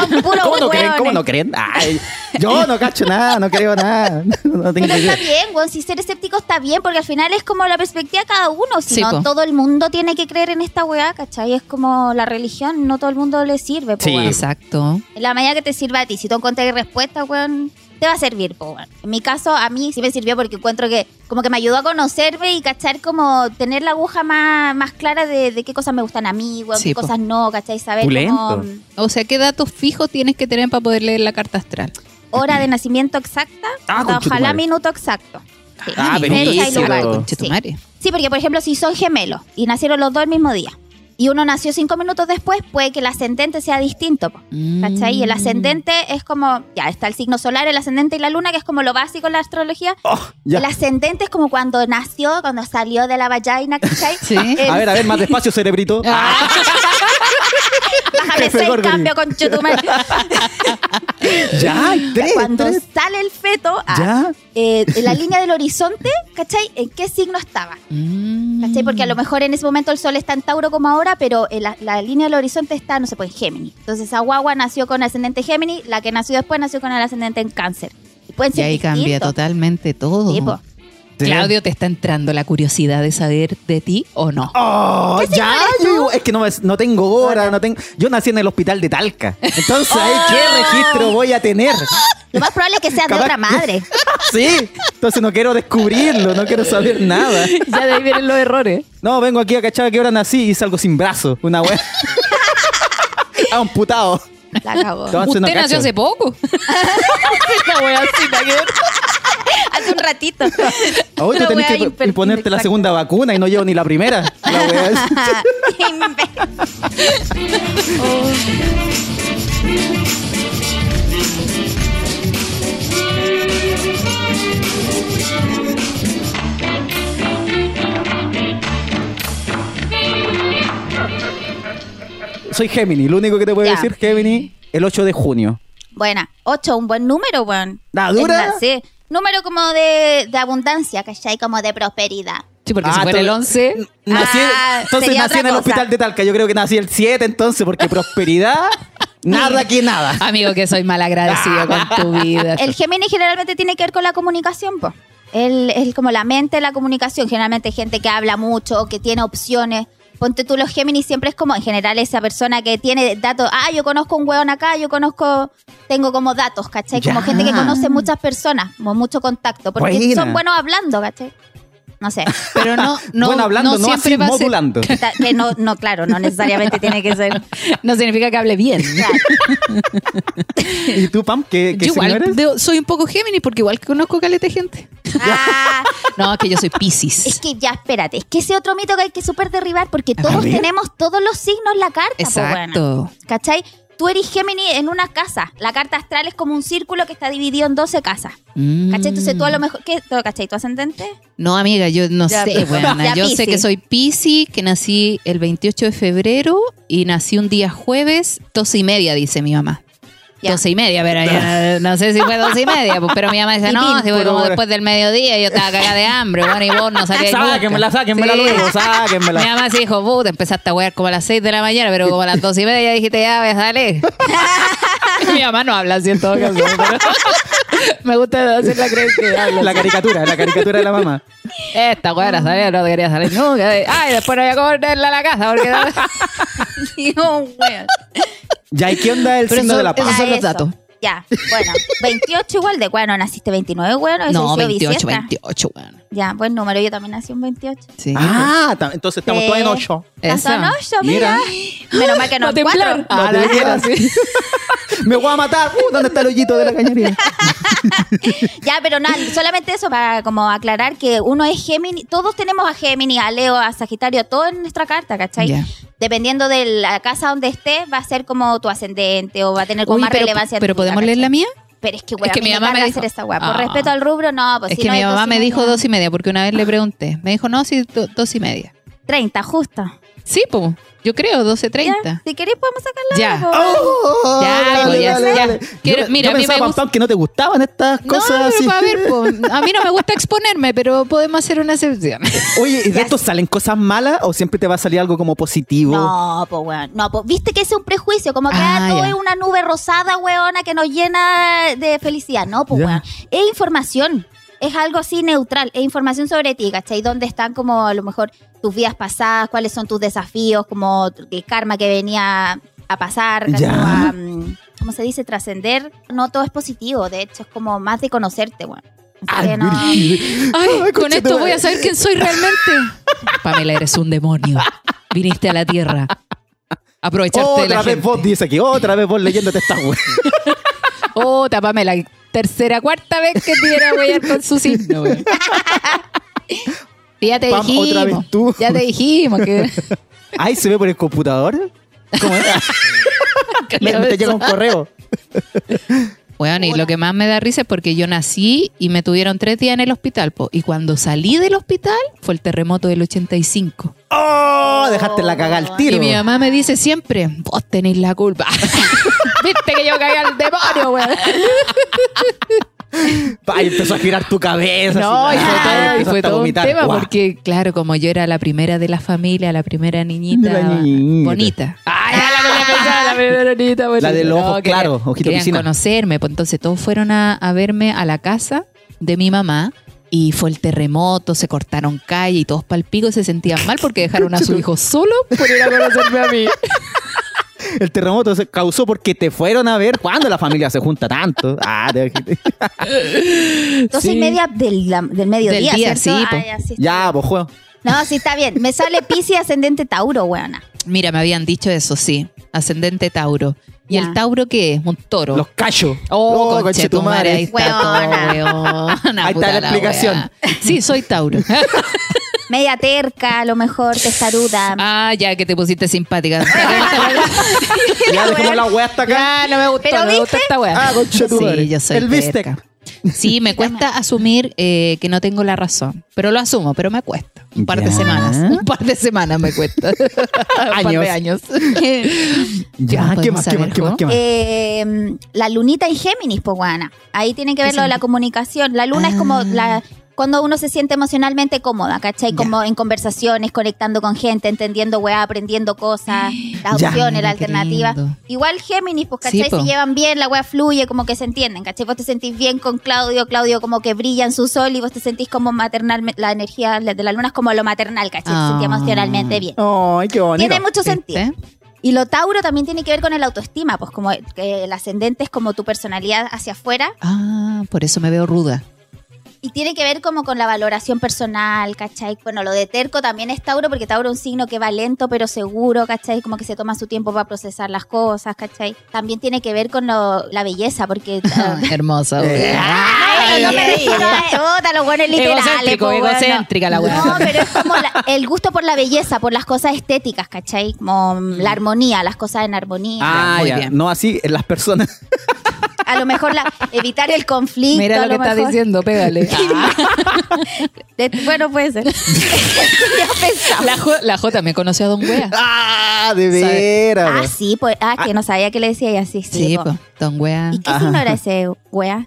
S1: Ah,
S3: Son puros
S5: ¿Cómo no creen? ¿Cómo
S3: hueones.
S5: no creen? Ay, yo no cacho nada, no creo nada. No tengo
S3: Pero
S5: idea.
S3: está bien, weón, si ser escéptico está bien, porque al final es como la perspectiva de cada uno. Si
S1: Sí,
S3: no,
S1: po.
S3: todo el mundo tiene que creer en esta weá, ¿cachai? Es como la religión, no todo el mundo le sirve, pues,
S5: Sí.
S3: weón.
S1: Exacto.
S3: En la medida que te sirva a ti, si tú encontrás respuesta, weón, te va a servir, po, weón. En mi caso, a mí sí me sirvió porque encuentro que como que me ayudó a conocerme y cachar como tener la aguja más, más clara de, de qué cosas me gustan a mí, weón,
S1: Sí,
S3: qué
S1: po.
S3: cosas no, ¿cachai? Saber
S5: Pulento.
S3: como
S1: O sea, ¿qué datos fijos tienes que tener para poder leer la carta astral?
S3: hora de nacimiento exacta,
S5: Ah,
S3: puta,
S5: conchetumare.
S3: ojalá minuto exacto. Sí.
S5: Ah,
S3: Fecha y
S5: buenísimo.
S3: lugar.
S5: Claro.
S1: Conchetumare.
S3: Sí, porque por ejemplo, si son gemelos y nacieron los dos el mismo día, y uno nació cinco minutos después, puede que el ascendente sea distinto. po. ¿Cachai? Y
S1: Mm.
S3: el ascendente es como, ya está el signo solar, el ascendente y la luna, que es como lo básico en la astrología.
S5: Oh, ya.
S3: El ascendente es como cuando nació, cuando salió de la vagina, ¿cachai?
S1: Sí.
S3: El-
S5: A ver, a ver, más despacio, cerebrito.
S1: Ah,
S3: Bájale
S5: Jefe
S3: seis
S5: Gorgori.
S3: cambios, conchetumare.
S5: ya, tres,
S3: Cuando
S5: tres.
S3: sale el feto, ah,
S5: Ya.
S3: eh, en la línea del horizonte, ¿cachai? ¿En qué signo estaba?
S1: mm.
S3: ¿Cachai? Porque a lo mejor en ese momento el sol está en Tauro como ahora, pero en la, la línea del horizonte está, no sé, pues en Géminis. Entonces esa guagua nació con ascendente Géminis, la que nació después nació con el ascendente en cáncer. Y, pueden
S1: Y
S3: ser
S1: ahí cambia
S3: distintos.
S1: totalmente todo.
S3: Sí, po.
S5: Sí.
S1: Claudio, ¿te está entrando la curiosidad de saber de ti o no?
S5: Oh, ya, yo digo, es que no, me- no tengo hora, no tengo. Yo nací en el hospital de Talca. Entonces, ahí,
S1: Oh.
S5: ¿qué registro voy a tener?
S3: Lo más probable es que seas de
S5: Capaz-
S3: otra madre.
S5: Sí, entonces no quiero descubrirlo, no quiero saber nada.
S1: ya de ahí vienen los errores.
S5: No, vengo aquí a cachar a qué hora nací y salgo sin brazo, una wea. Ah, Amputado.
S3: La cagó.
S5: Entonces, no
S1: Usted nació
S5: cacho.
S1: hace poco. Una wea así, nada que ver.
S3: Hace un ratito.
S5: Hoy tú
S3: Una
S5: tenés
S3: wea
S5: que
S3: hiper-
S5: ponerte la segunda vacuna y no llevo ni la primera. La wea es-
S3: Ah, Imbécil.
S5: Soy Gemini, lo único que te puedo
S3: Ya.
S5: decir, Gemini, el 8 de junio.
S3: Buena. Ocho, un buen número, weón.
S5: ¿La dura?
S3: Es una- Sí. Número como de, de abundancia, ¿cachai? Como de prosperidad.
S1: Sí, porque
S5: Ah,
S1: si fuera el
S5: entonces-
S1: 11,
S5: Nací-
S3: Ah,
S5: entonces
S3: sería
S5: nací
S3: otra
S5: en el
S3: cosa.
S5: hospital de Talca. Yo creo que nací el 7 entonces, porque prosperidad, nada que nada.
S1: amigo, que soy mal agradecido con tu vida.
S3: El Géminis generalmente tiene que ver con la comunicación, po. El, el- como la mente, la comunicación. Generalmente gente que habla mucho, que tiene opciones. Ponte tú los Géminis, siempre es como en general esa persona que tiene datos. Ah, yo conozco un hueón acá, yo conozco. Tengo como datos, ¿cachai? Como
S5: Ya.
S3: gente que conoce muchas personas, como mucho contacto. Porque
S5: Buena.
S3: son buenos hablando, ¿cachai? No sé.
S1: Pero no, no,
S5: bueno, hablando, no,
S1: siempre
S5: así,
S1: va a ser-
S5: modulando.
S3: Ta- Que no, no, claro, no necesariamente tiene que ser.
S1: No significa que hable bien.
S3: Claro.
S5: ¿Y tú, Pam, qué, qué
S1: Yo
S5: signo
S1: igual
S5: eres?
S1: de- soy un poco Géminis porque igual que conozco caleta de gente.
S3: Ah,
S1: No, es que yo soy Pisces.
S3: Es que ya, espérate, es que ese otro mito que hay que super derribar porque todos
S5: ver.
S3: tenemos todos los signos en la carta, po, weona.
S1: Exacto.
S3: ¿Cachai? Tú eres Géminis en una casa. La carta astral es como un círculo que está dividido en 12 casas.
S1: Mm.
S3: ¿Cachai? Entonces tú a lo mejor. ¿Qué? ¿Tú, ¿Cachai? ¿Tu ascendente?
S1: No, amiga, yo no
S3: Ya,
S1: sé,
S3: pero-
S1: buena.
S3: Ya,
S1: yo sé
S3: Piscis.
S1: que soy Piscis, que nací el 28 de febrero y nací un día jueves, 12 y media, dice mi mamá.
S3: Ya.
S1: 12 y media, pero ya, no sé si fue 12 y media, pues, pero mi mamá decía,
S3: Y
S1: no,
S3: pin,
S1: si fue
S5: por
S1: como
S5: favor.
S1: después del mediodía, yo estaba cagada de hambre, bueno, y vos no salías nunca.
S5: Sáquenmela, sáquenmela
S1: Sí.
S5: luego,
S1: Mi
S5: sáquenmela.
S1: mamá se dijo, puta, empezaste a wear como a las 6 de la mañana, pero como a las 12 y media ya dijiste, ya, ves, dale. mi mamá no habla así en todo caso, pero me gusta hacer la creencia que habla.
S5: La caricatura, la caricatura de la mamá.
S1: Esta weá sabía, no quería salir nunca. Ay, después no voy a comerla a la casa porque
S3: Digo, weón.
S5: Ya, ¿y qué onda el
S1: Pero
S5: signo
S1: eso-
S5: de la
S1: Esos
S5: paz?
S1: eso-
S3: Ya,
S1: son los
S3: eso.
S1: datos.
S3: Ya, bueno. 28 igual de bueno, naciste 29, bueno, eso
S1: No,
S3: ha sido
S1: 28,
S3: bisiesta.
S1: 28, weón.
S3: Ya, buen número, yo también nací Eh, un 28.
S1: Sí.
S5: Ah, ta- entonces estamos todos en
S3: Sí.
S5: 8.
S1: Eso.
S3: Hasta noche, mira. Menos mal que no,
S1: Va a temblar.
S3: cuatro.
S1: Ah,
S5: Va a
S1: la
S5: temblar.
S1: sí.
S5: Me voy a matar. Uh, ¿Dónde está el hoyito de la cañería?
S3: Ya, pero nada, solamente eso para como aclarar que uno es Géminis, todos tenemos a Géminis, a Leo, a Sagitario, todo en nuestra carta, ¿cachai?
S1: Ya.
S3: Dependiendo de la casa donde estés, va a ser como tu ascendente o va a tener como
S1: Uy,
S3: más
S1: pero,
S3: relevancia. en
S1: pero
S3: tu
S1: ¿podemos
S3: vida,
S1: leer la
S3: ¿cachai?
S1: mía?
S3: Pero es que, güey,
S1: que
S3: a mí mi mamá me
S1: dijo-
S3: hacer esta weá. Por
S1: Ah.
S3: respeto al rubro, no, pues
S1: es
S3: si
S1: que
S3: no
S1: mi
S3: hay
S1: mamá
S3: dos
S1: me
S3: y
S1: dijo
S3: media.
S1: dos y media, porque una vez le pregunté. Me dijo, no, sí, do- dos y media.
S3: 30, justo.
S1: Sí, pues, yo creo, 12.30.
S3: Ya, Si queréis podemos sacarla.
S1: Ya.
S3: ahora, po.
S5: Oh,
S1: Ya, pues, ya, ya. Quiero-
S5: yo,
S1: mira,
S5: yo
S1: a mí me
S5: pensaba, Pam,
S1: gusta-
S5: Pam, que no te gustaban estas
S1: No,
S5: cosas
S1: pero
S5: así.
S1: pa' ver, po, a mí no me gusta exponerme, pero podemos hacer una excepción.
S5: Oye, ¿y de esto salen cosas malas o siempre te va a salir algo como positivo?
S3: No, pues weón. No, pues viste que ese es un prejuicio, como que
S1: Ah,
S3: ah, todo
S1: ya.
S3: es una nube rosada, weona, que nos llena de felicidad. No, pues
S5: Ya.
S3: weón. Es información. Es algo así neutral, es información sobre ti, ¿cachai? ¿Dónde están como a lo mejor tus vidas pasadas? ¿Cuáles son tus desafíos? Como el karma que venía a pasar, ¿cachai?
S5: Ya.
S3: O a, mm, ¿Cómo se dice? Trascender. No todo es positivo, de hecho, es como más de conocerte, weón. Así
S5: Ay,
S3: que no.
S5: Virgil.
S1: Ay,
S5: Ay,
S1: con
S5: conchetumare.
S1: esto voy a saber quién soy realmente. Pamela, eres un demonio. Viniste a la tierra. Aprovecharte de
S5: Otra
S1: la
S5: vez
S1: gente.
S5: vos dices que otra vez vos leyéndote esta wea.
S1: Otra Pamela. Tercera, cuarta vez que te viene a huellar con su signo, güey. Ya te
S5: Pam, otra
S1: dijimos.
S5: vez tú.
S1: Ya te dijimos que.
S5: Ay, se ve por el computador. ¿Cómo es? Me- me te llega un correo.
S1: Bueno, y lo que más me da risa es porque yo nací y me tuvieron tres días en el hospital. po. Y cuando salí del hospital fue el terremoto del 85.
S5: ¡Oh! Dejaste la caga al tiro.
S1: Y mi mamá me dice siempre, vos tenéis la culpa. Viste que yo caí al demonio, weón.
S5: Pa, y empezó a girar tu cabeza.
S1: No,
S5: así,
S1: y fue
S5: ah,
S1: todo, y
S5: empezaste
S1: fue
S5: a
S1: todo un
S5: vomitar.
S1: tema
S5: Guau.
S1: porque, claro, como yo era la primera de la familia, la primera niñita,
S5: La niñita.
S1: bonita. Ah, era la primera persona, la primera niñita bonita.
S5: La de los ojos
S1: querían-
S5: claros, ojito
S1: querían
S5: piscina.
S1: conocerme, pues entonces todos fueron a, a verme a la casa de mi mamá. Y fue el terremoto, se cortaron calle y todos pal pico se sentían mal porque dejaron a su hijo solo por ir a conocerme a mí.
S5: El terremoto se causó porque te fueron a ver cuando la familia se junta tanto. Ah, te-
S3: Dos
S1: Sí.
S3: y media del, la- del mediodía,
S1: Del día,
S3: ¿cierto?
S1: sí, po.
S3: Ay, así está
S5: ya,
S3: bien.
S5: pues juego.
S3: No, sí está bien. Me sale Pisces ascendente Tauro, weona.
S1: Mira, me habían dicho eso, sí. Ascendente Tauro. ¿Y
S3: Ya.
S1: el Tauro qué es? Un toro.
S5: Los callos.
S1: Oh,
S5: conchetumare.
S1: conchetumare, ahí está
S3: Weona.
S1: todo, weona,
S5: Ahí está
S1: puta
S5: la explicación.
S1: wea. Sí, soy Tauro.
S3: Media terca, a lo mejor, testaruda.
S1: Ah, ya que te pusiste simpática.
S5: Ya dejemos la wea hasta acá.
S1: ya, no me gustó,
S3: Pero
S1: no me gustó
S3: ¿viste?
S1: esta wea.
S5: Ah, conchetumare.
S1: Sí, yo soy
S5: El bistec.
S1: terca. Sí, me cuesta asumir eh, que no tengo la razón. Pero lo asumo, pero me cuesta. Un par de
S5: Ya.
S1: semanas. Un par de semanas me cuesta. Un par de años.
S5: Ya,
S1: ¿Podemos
S5: Ah, ¿qué más, qué
S1: saber,
S5: más, qué más,
S1: Jo?
S5: qué más?
S3: Eh, la lunita en Géminis, pues, weona. Ahí tiene que ver
S1: ¿Qué
S3: lo de la
S1: significa?
S3: comunicación. La luna es
S1: Ah.
S3: como la... Cuando uno se siente emocionalmente cómoda, ¿cachai?
S1: Ya.
S3: Como en conversaciones, conectando con gente, entendiendo weá, aprendiendo cosas, las
S5: Ya.
S3: opciones, las
S1: Qué
S3: alternativas.
S1: lindo.
S3: Igual Géminis, pues,
S1: Sí,
S3: ¿cachai?
S1: po.
S3: Se llevan bien, la weá fluye, como que se entienden, ¿cachai? Vos te sentís bien con Claudio, Claudio como que brilla en su sol y vos te sentís como maternal, la energía de la luna es como lo maternal, ¿cachai?
S1: Ah.
S3: Te sentís emocionalmente bien.
S5: Ay, qué bonito.
S3: Tiene mucho sentido.
S1: ¿Viste?
S3: Y lo Tauro también tiene que ver con el autoestima, pues como eh, el ascendente es como tu personalidad hacia afuera
S1: Ah, por eso me veo ruda.
S3: y tiene que ver como con la valoración personal, ¿cachai? Bueno, lo de terco también es Tauro porque Tauro es un signo que va lento pero seguro, ¿cachai? Como que se toma su tiempo para procesar las cosas, ¿cachai? También tiene que ver con lo- la belleza porque... ah,
S1: Hermosa.
S5: Eh,
S1: wea.
S3: Ay, no me refiero a- puta, los buenos literales,
S1: Egocéntrico,
S3: po, weón, no.
S1: egocéntrica la weá.
S3: No, pero es como la- el gusto por la belleza, por las cosas estéticas, ¿cachai? Como mm, la armonía, las cosas en armonía.
S5: Ah,
S1: Muy
S5: ya.
S1: bien.
S5: No así, las personas.
S3: A lo mejor la- evitar el conflicto.
S1: Mira
S3: a
S1: lo que está
S3: mejor.
S1: diciendo, pégale.
S3: De- bueno, puede ser. ya pensaba.
S1: La, J, la J me conoció a Don Wea.
S5: Ah, de
S1: ¿Sabe?
S5: veras.
S3: Ah, sí, pues. Ah, que no sabía que le decía y así. Sí,
S1: Sí, pues.
S3: po.
S1: po, Don Wea,
S3: ¿Y qué signo era ese, wea?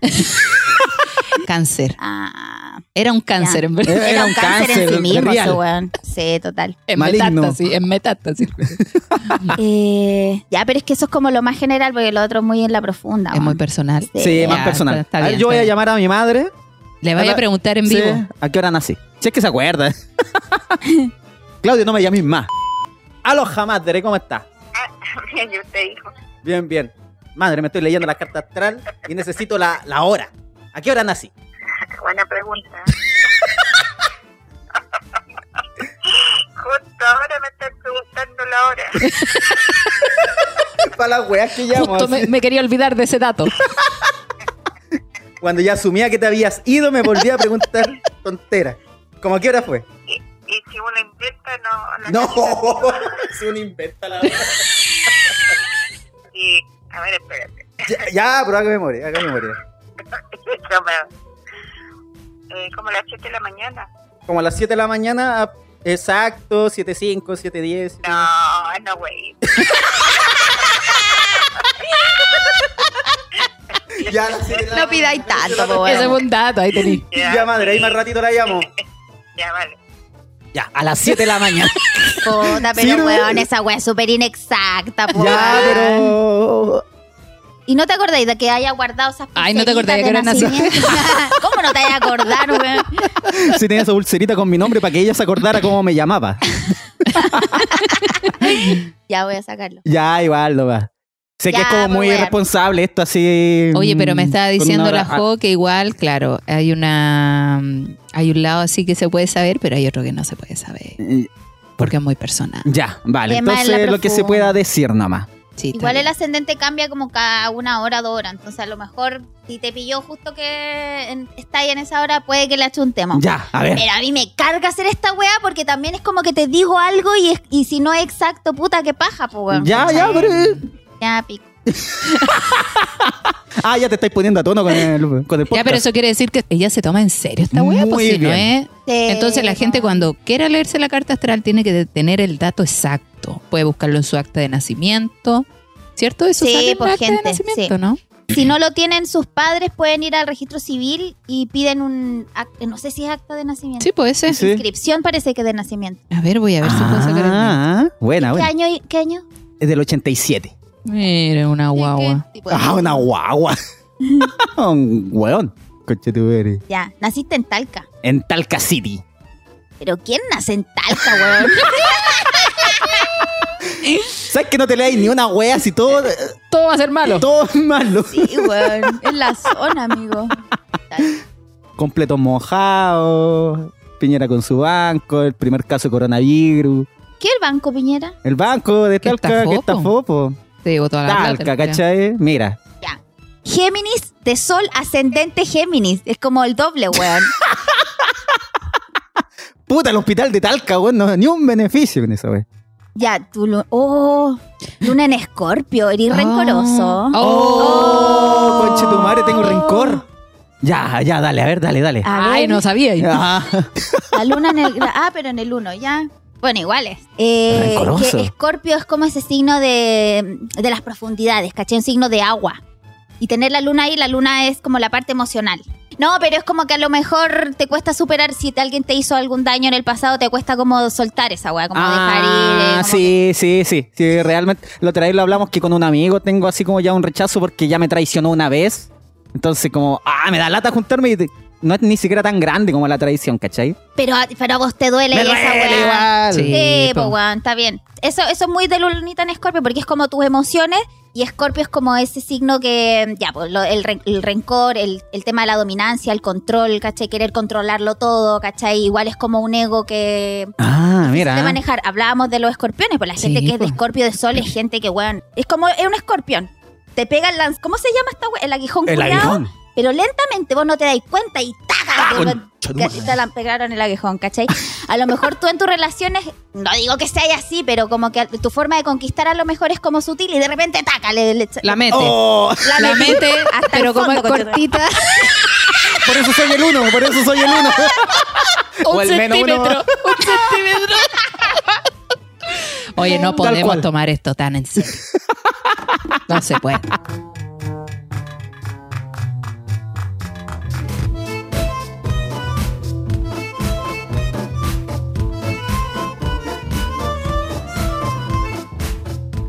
S1: cáncer.
S3: Ah,
S1: Era un cáncer,
S3: Ya.
S1: en verdad.
S5: Era
S3: era
S5: un
S3: un cáncer,
S5: cáncer,
S3: en sí mismo,
S5: real.
S3: ese weón. Sí, total.
S1: En
S5: Maligno.
S1: metástasis, en metástasis. Ah.
S3: Eh, ya, pero es que eso es como lo más general, porque lo otro es muy en la profunda.
S1: Es muy
S3: weón.
S1: personal.
S5: Sí,
S1: Ya,
S5: más personal.
S1: está
S5: A ver,
S1: bien,
S5: yo voy
S1: está
S5: a
S1: bien.
S5: llamar a mi madre.
S1: Le voy a preguntar en
S5: Sí,
S1: vivo.
S5: ¿A qué hora nací? Si es que se acuerda. Claudio, no me llames más. Aloha, madre, ¿cómo estás?
S6: Bien, yo te dijo.
S5: Bien, bien. Madre, me estoy leyendo la carta astral y necesito la, la hora. ¿A qué hora nací?
S6: Buena pregunta. Justo ahora me estás preguntando la hora.
S5: Para las weas que llamo.
S1: Justo me, me quería olvidar de ese dato.
S5: Cuando ya asumía que te habías ido, me volví a preguntar tontera. ¿Cómo a qué hora fue?
S6: Y, y si uno inventa, no. La
S5: No, si uno inventa la hora.
S6: Y, a ver, espérate.
S5: Ya, ya, pero haga memoria, haga memoria.
S6: No me- eh, como a las 7 de la mañana.
S5: Como a las 7 de la mañana, a- exacto, 7.5, 7.10.
S6: No, no, güey.
S5: Ya a las 7 de la
S3: No pidáis tanto, po,
S1: Ese
S3: weón.
S1: fue un dato, ahí tení.
S6: Ya,
S5: Ya, madre, ahí más ratito la llamo.
S6: ya, vale.
S5: Ya, a las 7 de la mañana.
S3: Puta, pero
S5: Sirve.
S3: weón, esa wea es súper inexacta, po,
S5: ya,
S3: weón.
S5: pero.
S3: ¿Y no te acordáis de que haya guardado esas
S1: Ay, no te
S3: pulseritas
S1: acordáis de que era
S3: nacimiento? ¿Cómo no te vas a acordar, weón?
S5: Si tenía esa pulserita con mi nombre para que ella se acordara cómo me llamaba.
S3: Ya voy a sacarlo.
S5: Ya, igual, no va. Sé que
S3: Ya,
S5: es como
S3: pues,
S5: muy
S3: weón.
S5: irresponsable esto así.
S1: Oye, pero me
S5: mm,
S1: estaba
S5: con
S1: diciendo
S5: una
S1: la
S5: hora-
S1: Jo que igual, claro, hay una hay un lado así que se puede saber, pero hay otro que no se puede saber.
S5: Ah,
S1: Porque es muy personal.
S5: Ya, vale.
S3: Tema en la
S5: Entonces, lo que se
S3: profunda.
S5: pueda decir nomás.
S1: Sí, está
S3: Igual
S1: bien.
S3: el ascendente cambia como cada una hora, dos horas. Entonces, a lo mejor, si te pilló justo que en- está ahí en esa hora, puede que le achuntemos.
S5: Ya, a ver.
S3: Pero a mí me carga hacer esta weá porque también es como que te digo algo y, es- y si no es exacto, puta, qué paja, pues weón.
S5: Ya, ya, pero. eh,
S3: Ya, pico.
S5: Ah, ya te estáis poniendo a tono con el, con el podcast.
S1: Ya, pero eso quiere decir que ella se toma en serio esta weá,
S5: Muy
S1: pues si no
S5: bien.
S1: es. Entonces la gente cuando quiera leerse la carta astral tiene que tener el dato exacto. Puede buscarlo en su acta de nacimiento. ¿Cierto? Eso
S3: Sí,
S1: sale en la
S3: pues,
S1: acta de
S3: gente,
S1: nacimiento,
S3: sí.
S1: ¿no?
S3: Si no lo tienen sus padres, pueden ir al registro civil y piden un. act- no sé si es acta de nacimiento.
S1: Sí, pues ese.
S5: Sí.
S3: Inscripción parece que de nacimiento.
S1: A ver, voy a ver si puedo sacar el mío.
S5: Ah, buena,
S3: ¿Qué
S5: buena.
S3: año? y- ¿Qué año?
S5: Es del 87.
S1: Mira, una guagua.
S3: ¿Qué tipo de-
S5: Ah, una guagua. Un weón. Conchetumare.
S3: Ya, naciste en Talca.
S5: En Talca City.
S3: Pero ¿quién nace en Talca, weón?
S5: ¿Sabes que no te leáis ni una wea si todo,
S1: Todo va a ser malo.
S5: todo es malo?
S3: sí, weón. En la zona, amigo.
S5: Completo mojado. Piñera con su banco. El primer caso de coronavirus.
S3: ¿Qué el banco, Piñera?
S5: El banco de
S1: Que
S5: Talca que está
S1: estafó,
S5: fopo.
S1: Te digo toda la plata,
S5: Talca,
S1: mira.
S5: ¿cachai? Mira.
S3: Ya. Géminis de Sol ascendente Géminis. Es como el doble, weón.
S5: Puta, el hospital de Talca, weón. No, ni un beneficio en esa wea.
S3: ya, tu luna. Oh, luna en Escorpio. Eres
S1: Ah.
S3: rencoroso.
S5: ¡Oh!
S1: Oh.
S5: Conchetumare, tengo rencor. Ya, ya, dale, a ver, dale, dale.
S3: A
S1: Ay,
S3: ver,
S1: no sabía.
S3: Ah,
S5: Ajá.
S3: La luna en el. Ah, pero en el 1, ya. Bueno, iguales. Eh,
S5: Rencoroso.
S3: que Escorpio es como ese signo de, de las profundidades, ¿cachai? Un signo de agua. Y tener la luna ahí, la luna es como la parte emocional. No, pero es como que a lo mejor te cuesta superar, si te- alguien te hizo algún daño en el pasado, te cuesta como soltar esa weá, como dejar ir. eh,
S5: Ah,
S3: como
S5: sí, sí, sí, sí, realmente. La otra vez lo hablamos que con un amigo tengo así como ya un rechazo porque ya me traicionó una vez. Entonces, como, ah, me da lata juntarme y te- no es ni siquiera tan grande como la traición, ¿cachai?
S3: Pero, a- pero a vos te duele,
S5: Me
S3: esa
S5: duele
S3: weá.
S5: igual.
S1: Sí,
S3: Sí,
S1: po.
S3: po, weón, está bien. Eso, eso es muy de lunita en Escorpio porque es como tus emociones y Escorpio es como ese signo que, ya, po, lo- el, ren- el rencor, el, el tema de la dominancia, el control, ¿cachai? Querer controlarlo todo, ¿cachai? Igual es como un ego que...
S5: Ah,
S3: De
S5: mira.
S3: manejar, hablábamos de los escorpiones, pues la
S1: Sí,
S3: gente que es
S1: po.
S3: de escorpio de sol es gente que, weón, es como es un escorpión. Te pega el lanz... ¿Cómo se llama esta weón? El aguijón
S5: El
S3: culiao,
S5: aguijón.
S3: Pero lentamente vos no te dais cuenta y
S1: Ah,
S3: ¡taca! Te-
S5: concha de
S3: que
S5: madre.
S3: te la pegaron el aguijón, ¿cachai? A lo mejor tú en tus relaciones, no digo que sea así, pero como que tu forma de conquistar a lo mejor es como sutil y de repente taca, le, le-
S1: La mete.
S5: Oh,
S3: la
S1: la
S3: metí
S1: mete,
S3: hasta el
S1: pero como es
S3: fondo, conchetumare.
S1: cortita,
S5: por eso soy el uno, por eso soy el uno. O
S1: un
S5: el menos uno.
S1: centímetro. Un centímetro. Oye, no
S5: Tal
S1: podemos
S5: cual.
S1: tomar esto tan en serio. No se puede.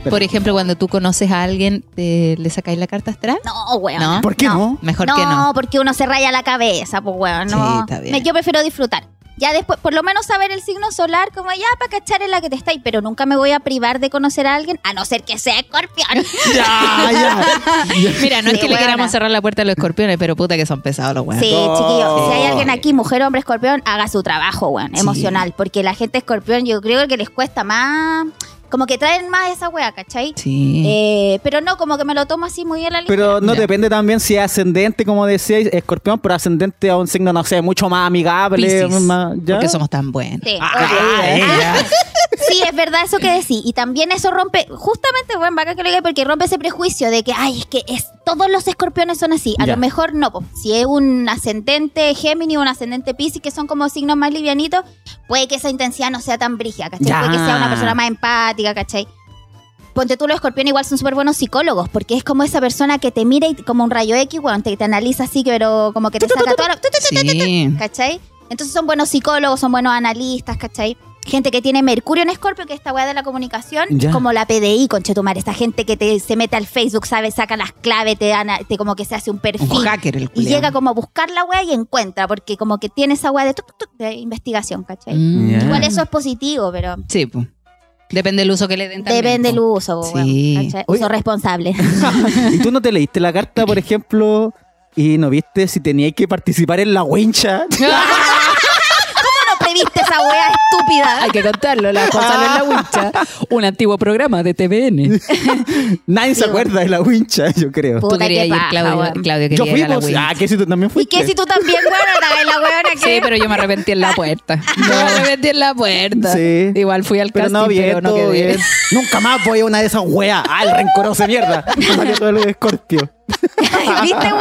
S1: Por ejemplo, cuando tú conoces a alguien, te- ¿le sacáis la carta astral?
S3: No, weón.
S1: No.
S5: ¿Por qué no?
S1: Mejor
S3: no,
S1: que no.
S3: porque uno se raya la cabeza, pues weón. No.
S1: Sí, está bien.
S3: Me- Yo prefiero disfrutar. Ya después, por lo menos saber el signo solar, como ya para cachar en la que te estáis, pero nunca me voy a privar de conocer a alguien, a no ser que sea escorpión.
S5: Ya, Ah, ya.
S1: Mira, no es
S3: Sí,
S1: que le
S3: huevona.
S1: queramos cerrar la puerta a los escorpiones, pero puta que son pesados los huevos.
S3: Sí, chiquillo. Si hay alguien aquí, mujer, hombre, escorpión, haga su trabajo, weón,
S1: Sí.
S3: emocional. Porque la gente escorpión, yo creo que les cuesta más. Como que traen más esa wea, ¿cachai?
S1: Sí.
S3: Eh, pero no, como que me lo tomo así muy a la ligera.
S5: Pero no
S1: Ya.
S5: depende también si es ascendente, como decíais, escorpión, pero ascendente a un signo, no sé, mucho más amigable.
S1: Piscis,
S5: más- ¿ya?
S1: porque somos tan buenos.
S3: Sí,
S5: Ah,
S3: oye.
S5: ah, eh, ya.
S3: Sí, es verdad eso que decís. Y también eso rompe, justamente, bueno, bacán que lo diga, porque rompe ese prejuicio de que, ay, es que es, todos los escorpiones son así. A
S5: Ya.
S3: lo mejor no, po. si es un ascendente Géminis o un ascendente Piscis, que son como signos más livianitos, puede que esa intensidad no sea tan brígida, ¿cachai?
S5: Ya.
S3: Puede que sea una persona más empática, ¿cachai? Ponte tú, los escorpiones igual son súper buenos psicólogos, porque es como esa persona que te mira y como un rayo X, weón, te, te analiza así, pero como que te saca todo lo...
S1: Sí.
S3: ¿cachai? Entonces son buenos psicólogos, son buenos analistas, ¿cachai? Gente que tiene Mercurio en Escorpio, que esta weá de la comunicación,
S5: Ya.
S3: como la PDI, conchetumar, esta gente que te, se mete al Facebook, sabe, saca las claves, te, ana- te como que se hace un perfil.
S1: Un hacker el
S3: y
S1: culiao.
S3: llega como a buscar la weá y encuentra, porque como que tiene esa weá de, tuc, tuc, de investigación, ¿cachai?
S1: Mm.
S5: Ya.
S3: Igual eso es positivo, pero
S1: Sí, po. Depende del uso que le den también.
S3: depende
S1: po.
S3: del uso, po, weón,
S1: Sí.
S3: ¿cachai?
S5: Oye.
S3: Uso responsable.
S5: ¿Y tú no te leíste la carta, por ejemplo, y no viste si tenías que participar en la wincha?
S3: ¿Cómo no previste esa weá? estúpida.
S1: Hay que contarlo, la cosa no es la wincha. Un antiguo programa de TVN.
S5: Nadie se
S3: Sí, bueno.
S5: acuerda de la wincha, yo creo.
S1: Tú
S3: Puta,
S1: querías
S3: qué
S1: ir,
S3: paja,
S1: Claudio.
S3: weón.
S1: Claudio
S5: Yo
S1: quería
S5: fui,
S1: ir a la
S5: pues.
S1: wincha.
S5: Ah, que si tú también
S3: ¿Y
S5: fuiste.
S3: qué si tú también, weón? La weona que...
S1: Sí, pero yo me arrepentí en la puerta. Me arrepentí en la puerta.
S5: Sí.
S1: Igual fui al
S5: Pero
S1: casting,
S5: no, bien,
S1: pero no
S5: todo
S1: quedé.
S5: bien. Nunca más voy a una de esas weas. Ah, el rencoroso de mierda. Me salió todo lo de Scorpio.
S3: ¿Viste, weón?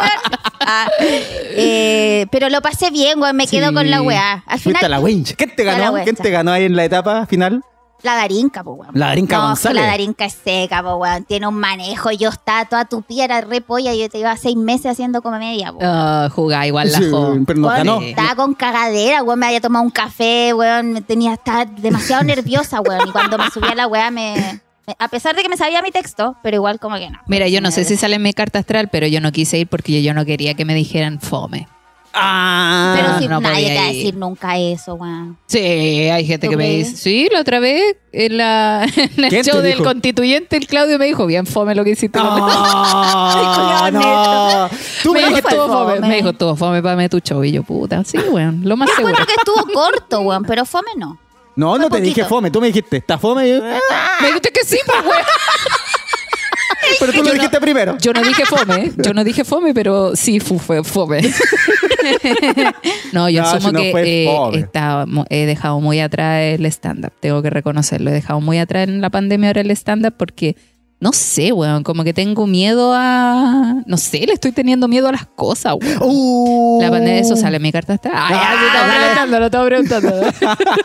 S3: Ah, eh, pero lo pasé bien, weón. Me quedo
S1: Sí.
S3: con la weá. Al
S5: Fuiste a
S3: final,
S5: la
S3: la,
S5: wincha. ¿Quién te
S3: Fue a la
S5: ganó?
S3: wincha.
S5: ¿Quién te ganó ahí en la etapa final?
S3: darinca, po, weón.
S5: La Darinka
S3: No,
S5: González.
S3: La darinca es seca, po, weón. Tiene un manejo. Yo estaba toda tu piedra re polla. Yo te iba seis meses haciendo comedia, po.
S1: Ah, jugá igual la
S5: Sí,
S1: jo.
S5: pero nos
S3: Weón,
S5: ganó.
S3: Estaba con cagadera, weón. Me había tomado un café, weón. Me tenía, estaba demasiado nerviosa, weón. Y cuando me subí a la weá, me, me- A pesar de que me sabía mi texto, pero igual como que no.
S1: Mira, yo no
S3: Me
S1: sé si sale en mi carta astral, pero yo no quise ir porque yo no quería que me dijeran fome.
S5: Ah.
S3: Pero si
S1: no
S3: nadie
S1: podía
S3: te va a
S1: ir.
S3: decir nunca eso, weón.
S1: Sí, hay gente
S3: ¿Tú
S1: que me
S3: crees?
S1: dice, sí, la otra vez en, la, en
S5: ¿Quién
S1: el
S5: te
S1: show del
S5: dijo?
S1: constituyente, el Claudio me dijo, bien fome lo que hiciste.
S5: Ah, no. Tú
S1: me,
S5: me
S1: dijo,
S5: dijiste-
S1: estuvo fome.
S3: fome.
S1: me dijo, estuvo fome para tu show. Y yo, puta, sí, weón, lo más seguro.
S3: Creo que estuvo corto, weón, pero fome no.
S5: No, no te
S3: poquito.
S5: dije fome. Tú me dijiste, está fome. Y yo,
S1: Me dijiste que sí, pues, weón.
S5: Pero tú lo dijiste primero.
S1: Yo no dije fome, yo no dije fome, pero sí fu- fue fome. no, yo
S5: No,
S1: asumo
S5: si no
S1: que
S5: fue
S1: eh,
S5: fome.
S1: está- mo- he dejado muy atrás el stand-up, tengo que reconocerlo. He dejado muy atrás en la pandemia ahora el stand-up porque, no sé, weón, como que tengo miedo a... No sé, le estoy teniendo miedo a las cosas, weón.
S5: Uh.
S1: La pandemia, eso sale en mi carta está. Ay,
S5: Ah,
S1: ay, sí, estaba
S5: vale.
S1: preguntando, lo estaba preguntando.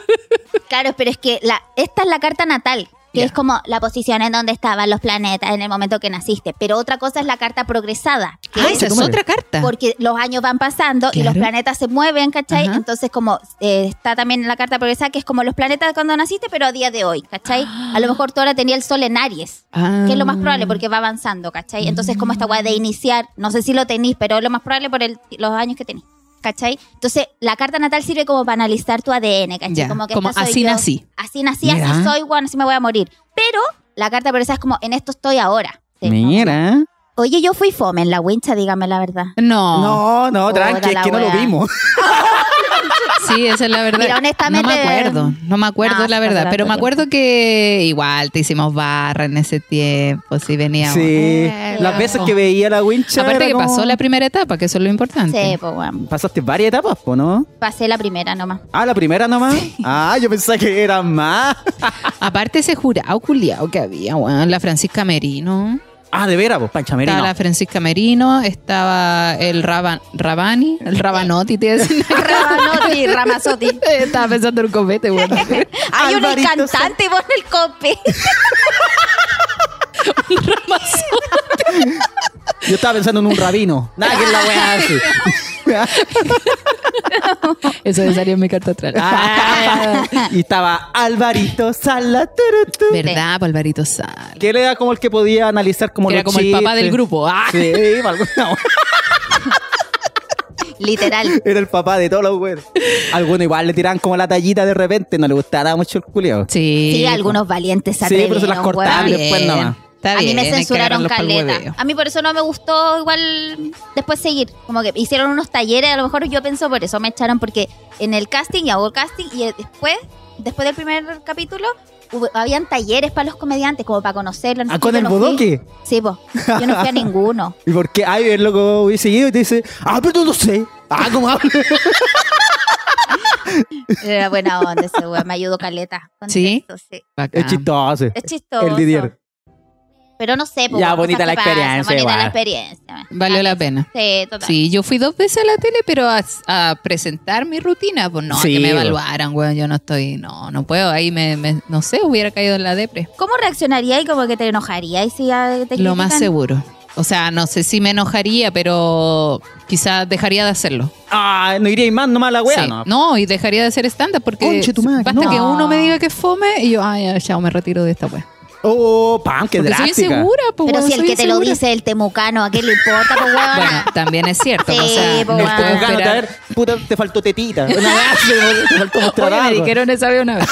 S3: Claro, pero es que la, esta es la carta natal, que es como la posición en donde estaban los planetas en el momento que naciste. Pero otra cosa es la carta progresada, que
S1: Ah,
S3: es
S1: esa es
S5: madre.
S1: otra carta.
S3: porque los años van pasando y
S1: Claro.
S3: los planetas se mueven, ¿cachai?
S1: Ajá.
S3: Entonces, como eh, está también en la carta progresada, que es como los planetas cuando naciste, pero a día de hoy, ¿cachai? A lo mejor tú ahora tenías el sol en Aries.
S1: Ah.
S3: Que es lo más probable porque va avanzando, ¿cachai? Entonces, como esta weá de iniciar, no sé si lo tenéis, pero es lo más probable por el- los años que tenéis, ¿cachai? Entonces, la carta natal sirve como para analizar tu ADN, ¿cachai?
S1: Ya,
S3: como que
S1: como
S3: esta soy
S1: así
S3: yo,
S1: nací.
S3: Así nací,
S5: Mira.
S3: así soy, bueno, así me voy a morir. Pero la carta pero es como, en esto estoy ahora. ¿sí?
S5: Mira.
S3: Oye, yo fui fome en la wincha, dígame la verdad.
S1: No,
S5: No, no,
S3: Toda
S5: tranqui, es
S3: la
S5: que no lo
S3: wea.
S5: vimos.
S1: Sí, esa es la verdad.
S3: Mira, honestamente- Ah,
S1: No me acuerdo, no me acuerdo
S3: No,
S1: la
S3: está
S1: verdad,
S3: durando
S1: pero me
S3: tiempo.
S1: acuerdo que igual te hicimos barra en ese tiempo, sí veníamos.
S5: Sí. Las veces que veía la wincha.
S1: Aparte
S5: era
S1: que
S5: como-
S1: pasó la primera etapa, que eso es lo importante.
S3: Sí, pues, weón.
S5: Pasaste varias etapas, po, ¿no?
S3: Pasé la primera nomás.
S5: Ah, la primera nomás. Ah, yo pensaba que era más.
S1: Aparte ese jurado culiao que había, weón, la Francisca Merino.
S5: Ah, de veras, pues, Pancha Merino.
S1: Estaba la Francisca Merino, estaba el Raban- Rabani, el Rabanotti, te iba a decir.
S3: Rabanotti, Ramazotti.
S1: Estaba pensando en un copete, weón.
S3: Hay un
S5: Alvarito
S3: cantante, vos en el cope.
S5: Yo estaba pensando en un rabino. Nada que es la wea así.
S1: Eso me salió en mi carta atrás.
S5: Ah, y estaba Alvarito Sala. turu, tu,
S1: ¿Verdad, Palvarito Sal?
S5: Que él era como el que podía analizar como
S1: Que era
S5: los
S1: como el papá
S5: chistes.
S1: del grupo. Ah.
S5: Sí, alguna wea.
S3: Literal.
S5: Era el papá de todos los weones. Algunos igual le tiraban como la tallita de repente, no le gustaba mucho el culiao.
S1: Sí.
S3: Sí, pues, algunos valientes se
S5: Sí, pero se las
S3: atrevieron, weón.
S5: cortaban
S1: Está
S5: después
S1: bien,
S5: nomás.
S1: está
S3: a mí
S1: bien, hay
S3: me
S1: que
S3: censuraron
S1: agarrarlos pa'l
S3: caleta.
S1: hueveo.
S3: A mí por eso no me gustó igual después seguir. Como que hicieron unos talleres, a lo mejor yo pienso por eso me echaron porque en el casting y hago casting y después, después del primer capítulo, hubo- habían talleres para los comediantes, como para conocerlos. no sé
S5: Ah,
S3: qué,
S5: con
S3: yo
S5: el
S3: no fui.
S5: bodoque.
S3: Sí, pues. Yo no fui a ninguno.
S5: ¿Y por qué? Ay, el loco hubiese ido y te dice, ah, pero no sé. Ah, ¿cómo hablo?
S3: Era buena onda ese weón, me ayudó caleta. con
S1: ¿Sí?
S3: texto, sí.
S1: Bacán.
S5: es chistoso.
S3: Es chistoso.
S5: El Didier.
S3: Pero no sé, po,
S5: Ya,
S3: cosas
S5: bonita
S3: que
S5: la
S3: pasan,
S5: experiencia,
S3: Bonita la
S5: igual.
S3: experiencia.
S1: Valió la pena.
S3: Sí, total.
S1: Sí, yo fui dos veces a la tele, pero a, a presentar mi rutina, pues no, a
S5: Sí,
S1: que me
S5: bueno.
S1: evaluaran, weón, yo no estoy, no, no puedo, ahí me, me- no sé, hubiera caído en la depre.
S3: ¿Cómo reaccionaría y como que te enojaría y si ya te
S1: Lo más
S3: critican?
S1: seguro. O sea, no sé si me enojaría, pero quizás dejaría de hacerlo.
S5: Ah, no iría más nomás a la wea,
S1: Sí.
S5: no.
S1: y dejaría de hacer stand-up porque
S5: Conche tu madre,
S1: basta
S5: no.
S1: que uno me diga que fome y yo, ay, ya, chao, me retiro de esta wea.
S5: Oh, pam, qué
S1: Porque soy
S5: drástica.
S1: insegura, pues,
S3: Pero
S1: weón,
S3: si el
S1: soy
S3: que te lo
S1: insegura.
S3: dice es el temucano, ¿a qué le importa, pues
S1: Bueno,
S3: huevona?
S1: también es cierto.
S3: Sí, pues,
S1: o sea,
S3: po,
S1: no
S3: weón.
S1: puedo
S5: Tengo ganas de
S1: esperar-
S5: ver, puta, te faltó tetita. Una wea así, te faltó mostrar
S1: Oye, me
S5: algo.
S1: dijeron esa vez una vez.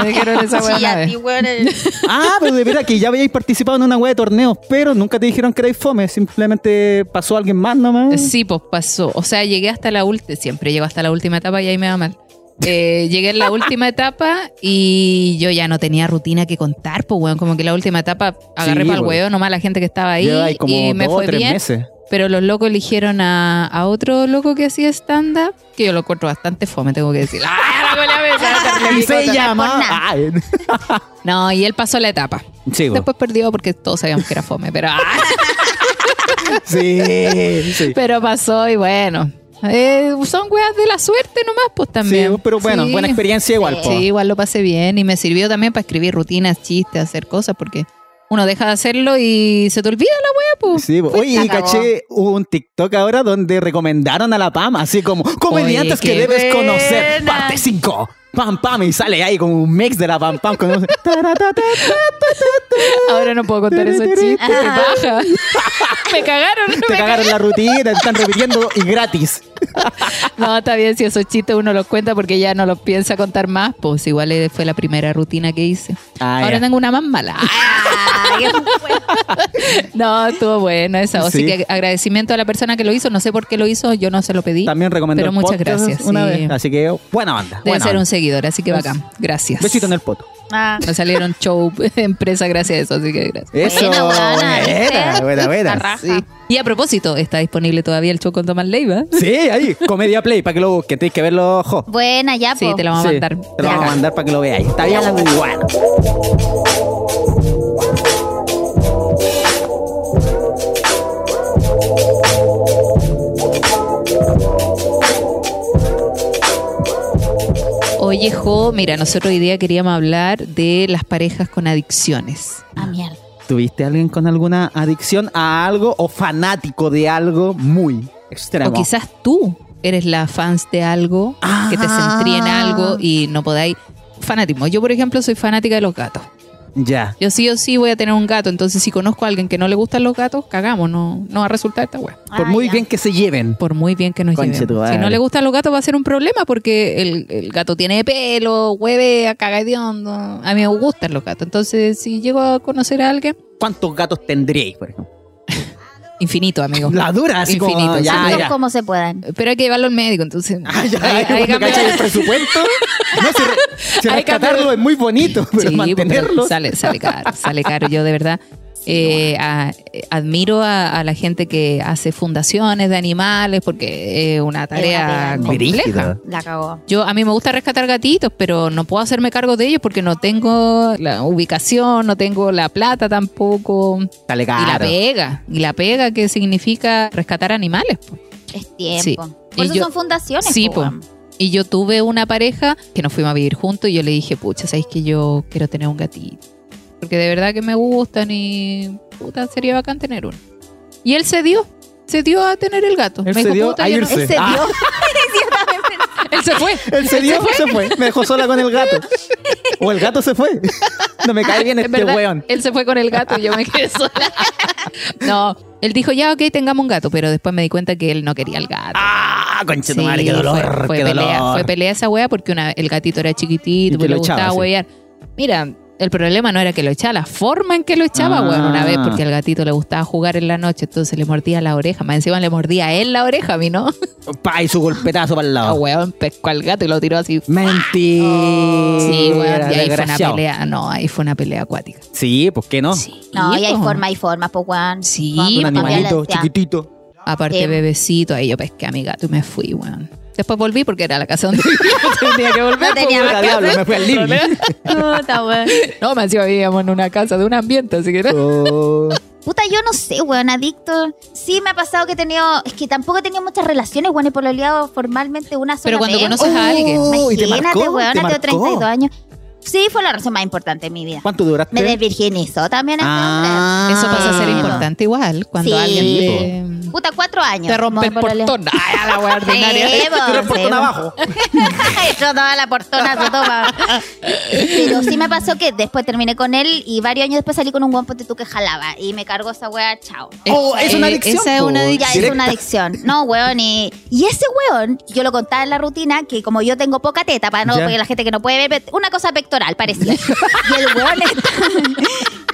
S1: Me dijeron esa wea
S3: Sí,
S1: una
S3: a ti,
S1: vez.
S3: weón, el-
S5: Ah, pero de verdad que ya habíais participado en una wea de torneos, pero nunca te dijeron que erais fome, simplemente pasó alguien más nomás.
S1: Sí, pues pasó. O sea, llegué hasta la última, siempre llego hasta la última etapa y ahí me va mal. eh, llegué en la última etapa y yo ya no tenía rutina que contar, pues, weón. Como que la última etapa agarré
S5: Sí,
S1: para el
S5: weón.
S1: weón nomás la gente que estaba ahí,
S5: Lleva ahí como
S1: y me
S5: dos o
S1: fue
S5: tres
S1: bien.
S5: meses.
S1: Pero los locos eligieron a, a otro loco que hacía stand-up, que yo lo encuentro bastante fome, tengo que decir. ¡Ah, la cola me sale terrible!
S5: Y se
S3: Nicotas.
S5: llama.
S3: Por nada.
S5: Ah, eh.
S1: No, y él pasó la etapa.
S5: Sí, po.
S1: Después perdió porque todos sabíamos que era fome, pero, ¡ah!
S5: sí, sí.
S1: pero pasó y bueno. Eh, son weas de la suerte nomás, pues también.
S5: Sí, pero bueno,
S1: Sí.
S5: buena experiencia igual. pues. po.
S1: Sí, igual lo pasé bien y me sirvió también para escribir rutinas, chistes, hacer cosas, porque uno deja de hacerlo y se te olvida la wea, pues.
S5: Sí, po. oye, y
S3: acabó.
S5: caché hubo un TikTok ahora donde recomendaron a la Pam, así como
S1: Oye,
S5: comediantes que
S1: qué
S5: debes conocer,
S1: buena.
S5: parte 5. Pam Pam, y sale ahí como un mix de la Pam Pam. Con un-
S1: Ahora no puedo contar esos chistes, qué paja. me cagaron.
S5: Te
S1: me
S5: cagaron la rutina, te están repitiendo y gratis.
S1: No, está bien si esos chistes uno los cuenta porque ya no los piensa contar más. Pues igual eh, fue la primera rutina que hice.
S5: Ah,
S1: Ahora
S5: ya.
S1: tengo una más mala.
S3: Ah, qué bueno.
S1: No, estuvo buena esa. Así
S5: Sí.
S1: que agradecimiento a la persona que lo hizo. No sé por qué lo hizo, yo no se lo pedí.
S5: También recomendó
S1: Pero
S5: el
S1: muchas
S5: podcast
S1: gracias.
S5: una
S1: sí.
S5: vez. Así que buena banda.
S1: Debe
S5: buena
S1: ser un
S5: banda.
S1: seguidor, así que bacán. Gracias.
S5: Besito en el poto.
S3: Ah.
S1: Me salieron show, empresa, gracias a eso, así que gracias.
S5: Eso,
S3: Buena, buena,
S5: buena,
S3: ¿viste?
S5: buena,
S3: La
S5: buena.
S3: raja.
S1: Sí. Y a propósito, está disponible todavía el show con Tomás Leiva.
S5: Sí, ahí, Comedia Play, para que lo busquen. Tenéis que verlo, ojo.
S3: Buena, ya,
S1: Sí,
S3: po.
S1: te lo vamos a
S5: Sí,
S1: mandar.
S5: Te lo vamos a mandar para que lo veáis. Está bien, bueno.
S1: Oye, Jo, mira, nosotros hoy día queríamos hablar de las parejas con adicciones.
S3: Ah, mierda.
S5: ¿Tuviste alguien con alguna adicción a algo o fanático de algo muy extremo?
S1: O quizás tú eres la fans de algo, que te
S5: Ah.
S1: centrí en algo y no podáis. Fanatismo. Yo, por ejemplo, soy fanática de los gatos.
S5: Ya.
S1: Yo sí o sí voy a tener un gato, entonces si conozco a alguien que no le gustan los gatos, cagamos, no, no va a resultar esta wea.
S3: Ah,
S5: Por muy
S3: ya.
S5: bien que se lleven.
S1: Por muy bien que nos
S5: Conche tu
S1: llevemos.
S5: madre.
S1: Si no le gustan los gatos va a ser un problema porque el, el gato tiene pelo, huevea, caga de hondo. A mí me gustan los gatos. Entonces, si llego a conocer a alguien,
S5: ¿Cuántos gatos tendríais, por ejemplo?
S1: infinito, amigo.
S5: La dura, así como...
S1: Infinito,
S5: Ya,
S3: Tantos
S5: ya.
S3: como se puedan.
S1: Pero hay que llevarlo al médico, entonces...
S5: Ah, ya,
S1: ahí-
S5: es que
S1: ahí
S5: cuando
S1: cambia-
S5: cachai el presupuesto, no, si, re- si
S1: Ahí cambia-
S5: rescatarlo es muy bonito, pero
S1: Sí, pues, pero
S5: mantenerlo...
S1: sale, sale caro, sale caro. Yo de verdad eh, a- eh, admiro a, a la gente que hace fundaciones de animales porque es una tarea
S3: grande.
S1: compleja.
S5: Brígido.
S3: La cagó.
S1: Yo a mí me gusta rescatar gatitos, pero no puedo hacerme cargo de ellos porque no tengo la ubicación, no tengo la plata tampoco
S5: Sale
S1: y la
S5: caro.
S1: pega y la pega que significa rescatar animales. po.
S3: Es tiempo.
S1: Sí. Y
S3: Por eso
S1: yo-
S3: son fundaciones,
S1: Sí,
S3: po,
S1: po.
S3: weón.
S1: Y yo tuve una pareja que nos fuimos a vivir juntos y yo le dije, pucha, ¿sabéis que yo quiero tener un gatito? Porque de verdad que me gustan y puta, sería bacán tener uno. Y él se dio, se dio a tener el gato.
S5: Él
S1: me
S5: se
S1: dijo,
S5: dio
S1: puta,
S5: a
S1: yo no-
S5: irse.
S3: Él se
S5: Ah.
S3: dio.
S1: Él se fue.
S5: Él se dio, se fue. Me dejó sola con el gato. O el gato se fue. No me cae bien
S1: En
S5: este
S1: verdad,
S5: weón.
S1: Él se fue con el gato y yo me quedé sola. no, él dijo, ya, ok, tengamos un gato, pero después me di cuenta que él no quería el gato.
S5: Ah,
S1: Sí,
S5: conchetumare, qué dolor,
S1: fue, fue
S5: qué
S1: pelea,
S5: dolor.
S1: fue pelea esa wea porque una- el gatito era chiquitito,
S5: Y que
S1: y le
S5: lo echaba,
S1: gustaba
S5: sí.
S1: huevear. Mira, el problema no era que lo echaba, la forma en que lo echaba,
S5: Ah.
S1: weón, una vez, porque al gatito le gustaba jugar en la noche, entonces le mordía la oreja, más encima le mordía a él la oreja, a mí no.
S5: Pa, y su golpetazo para el
S1: Ah,
S5: lado.
S1: weón, pescó al gato y lo tiró así.
S5: Mentira.
S1: Sí, weón, y ahí fue una
S5: Mm, desgraciado. Ah.
S1: pelea, no, ahí fue una pelea acuática.
S5: Sí, ¿por qué no?
S1: Sí, Pues,
S3: No, y hay
S1: po.
S3: forma, hay forma, po, weón.
S1: Sí,
S3: Con-
S1: un
S5: Un
S3: con
S5: animalito
S3: violencia.
S5: chiquitito.
S1: Aparte,
S3: Sí.
S1: bebecito, ahí yo pesqué a mi gato y me fui, weón. Después volví porque era la casa donde vivía, tenía que volver.
S3: No tenía
S1: po,
S5: Ah,
S3: más
S1: weón.
S5: diablo, me fui al living.
S3: Puta, weón.
S1: No, me encima vivíamos en una casa de un ambiente, así que no.
S5: Oh,
S3: Puta, yo no sé, weón, adicto. Sí, me ha pasado que he tenido. Es que tampoco he tenido muchas relaciones, weón, he pololeado formalmente una sola
S1: Pero cuando
S3: vez.
S1: conoces a alguien.
S5: Oh, y te
S3: Imagínate,
S5: marcó,
S3: weón,
S5: te
S3: tengo
S5: marcó.
S3: 32 años. Sí, fue la razón más importante de mi vida.
S5: ¿Cuánto duraste?
S3: Me desvirginizó también este
S5: Ah.
S1: Eso pasa a ser
S3: Ah.
S1: importante igual cuando
S3: Sí.
S1: alguien
S3: hombre. Puta, cuatro años.
S1: te, te rompe el
S3: Como pololeo.
S1: portón. Ay, a la wea ordinaria.
S3: Sí, po,
S5: Tira el portón
S3: sí, po.
S5: abajo.
S3: Yo toda la portona, yo toda. Pero sí me pasó que después terminé con él y varios años después salí con un guan ponte tú que jalaba y me cargó esa wea, chao.
S5: Oh, es una
S1: Eh,
S5: adicción,
S1: Esa es
S5: po.
S1: una
S3: Ya
S1: adicción.
S3: es una adicción. No, weón. Y, y ese weón, yo lo contaba en la rutina, que como yo tengo poca teta, para no,
S5: Ya.
S3: porque la gente que no puede ver, una cosa pectoral parecía. y el weón está-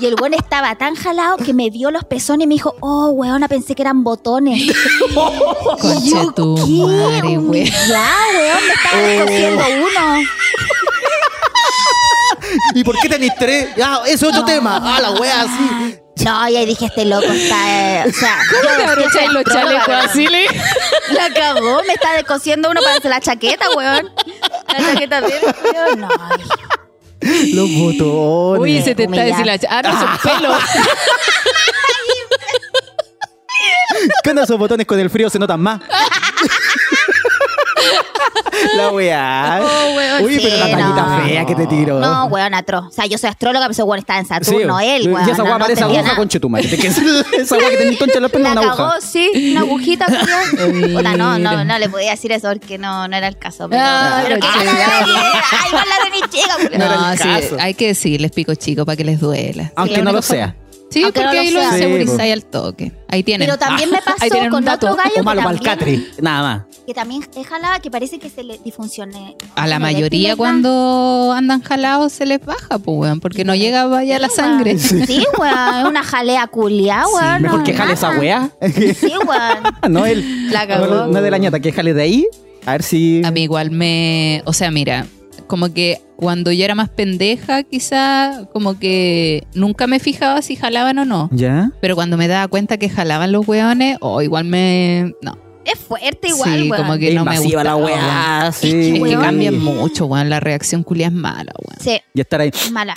S3: Y el weón estaba tan jalado que me vio los pezones y me dijo, oh, weona, pensé que eran botones. Y yo,
S1: Concha tu
S3: ¿qué?
S1: madre,
S3: Humillado,
S1: güey. Oh.
S3: weón, me estaba descosiendo uno.
S5: ¿Y por qué tenés tres? Ah, es otro tema. Ah, la wea así.
S3: No, y ahí dije, este loco está... eh, o sea,
S1: ¿Cómo
S3: yo-
S1: te abrocháis los chalecos así, Le?
S3: La cagó, me está descosiendo uno para hacer la chaqueta, weón. La chaqueta de él, weón. No,
S5: Los botones.
S1: Uy, se te está
S3: Humillante.
S1: diciendo la cha- Ah, no, son pelos.
S5: ¿Qué onda esos botones con el frío se notan más? la weá.
S3: Oh, weón,
S5: Uy, pero
S3: sí,
S5: la taquita
S3: no.
S5: fea que te tiró.
S3: no weón, atroz. O sea, yo soy astróloga, pero ese weón estaba en Saturno, él, weón.
S5: Y esa
S3: no,
S5: weá
S3: no
S5: parece
S3: entendía
S5: aguja
S3: nada.
S5: con chetumare. Que es esa weá que tenés concha en la
S3: La
S5: pena una aguja.
S3: cagó, sí, una agujita, culiao. Puta, no, no, no le podía decir eso porque no, no era el caso. Pero,
S1: Ah,
S3: pero
S1: lo
S3: ¿qué
S1: que
S3: habla
S1: sea.
S3: de mi- Ay, va a hablar de mi chica, culiao.
S5: era
S1: No,
S5: el
S1: sí,
S5: caso.
S1: hay que decirles pico chico para que les duela.
S5: Aunque
S3: Sí, la
S5: no lo
S3: única
S5: sea.
S1: Sí,
S3: Aunque
S1: porque
S3: no lo
S1: ahí lo
S3: sea.
S5: Sí,
S1: asegurizáis al toque. Ahí tienen.
S3: Pero también me
S1: Ah,
S3: pasó
S1: ahí tienen un
S3: con
S1: dato.
S3: otro gallo
S5: O malo
S3: que,
S5: para el
S3: también,
S5: catre. Nada más.
S3: que también es jalada, que parece que se le disfuncione.
S1: A la
S3: se le
S1: mayoría
S3: despileta.
S1: cuando andan jalados se les baja, pues, weón, porque no llega vaya la
S3: Sí,
S1: sangre.
S3: weón. Sí, weón, es una jalea culia, weón.
S5: Mejor
S3: no,
S5: que jale esa
S3: nada.
S5: weá.
S3: Sí, weón.
S5: Ah, no él.
S3: La
S5: No,
S3: cagó.
S5: no de la ñata, que jale de ahí. A ver si.
S1: A mí igual me... O sea, mira, como que cuando yo era más pendeja, quizá, como que nunca me fijaba si jalaban o no.
S5: ¿Ya?
S1: Pero cuando me daba cuenta que jalaban los weones, o igual me... No,
S3: Es fuerte igual,
S1: Sí,
S3: weón.
S1: como que
S5: Es
S1: no me
S5: invasiva
S1: gusta.
S5: la weá. Sí.
S1: Es que
S3: Weón.
S1: cambian mucho, weón. La reacción culia es mala, weón.
S3: Sí,
S5: Y estar ahí.
S3: mala.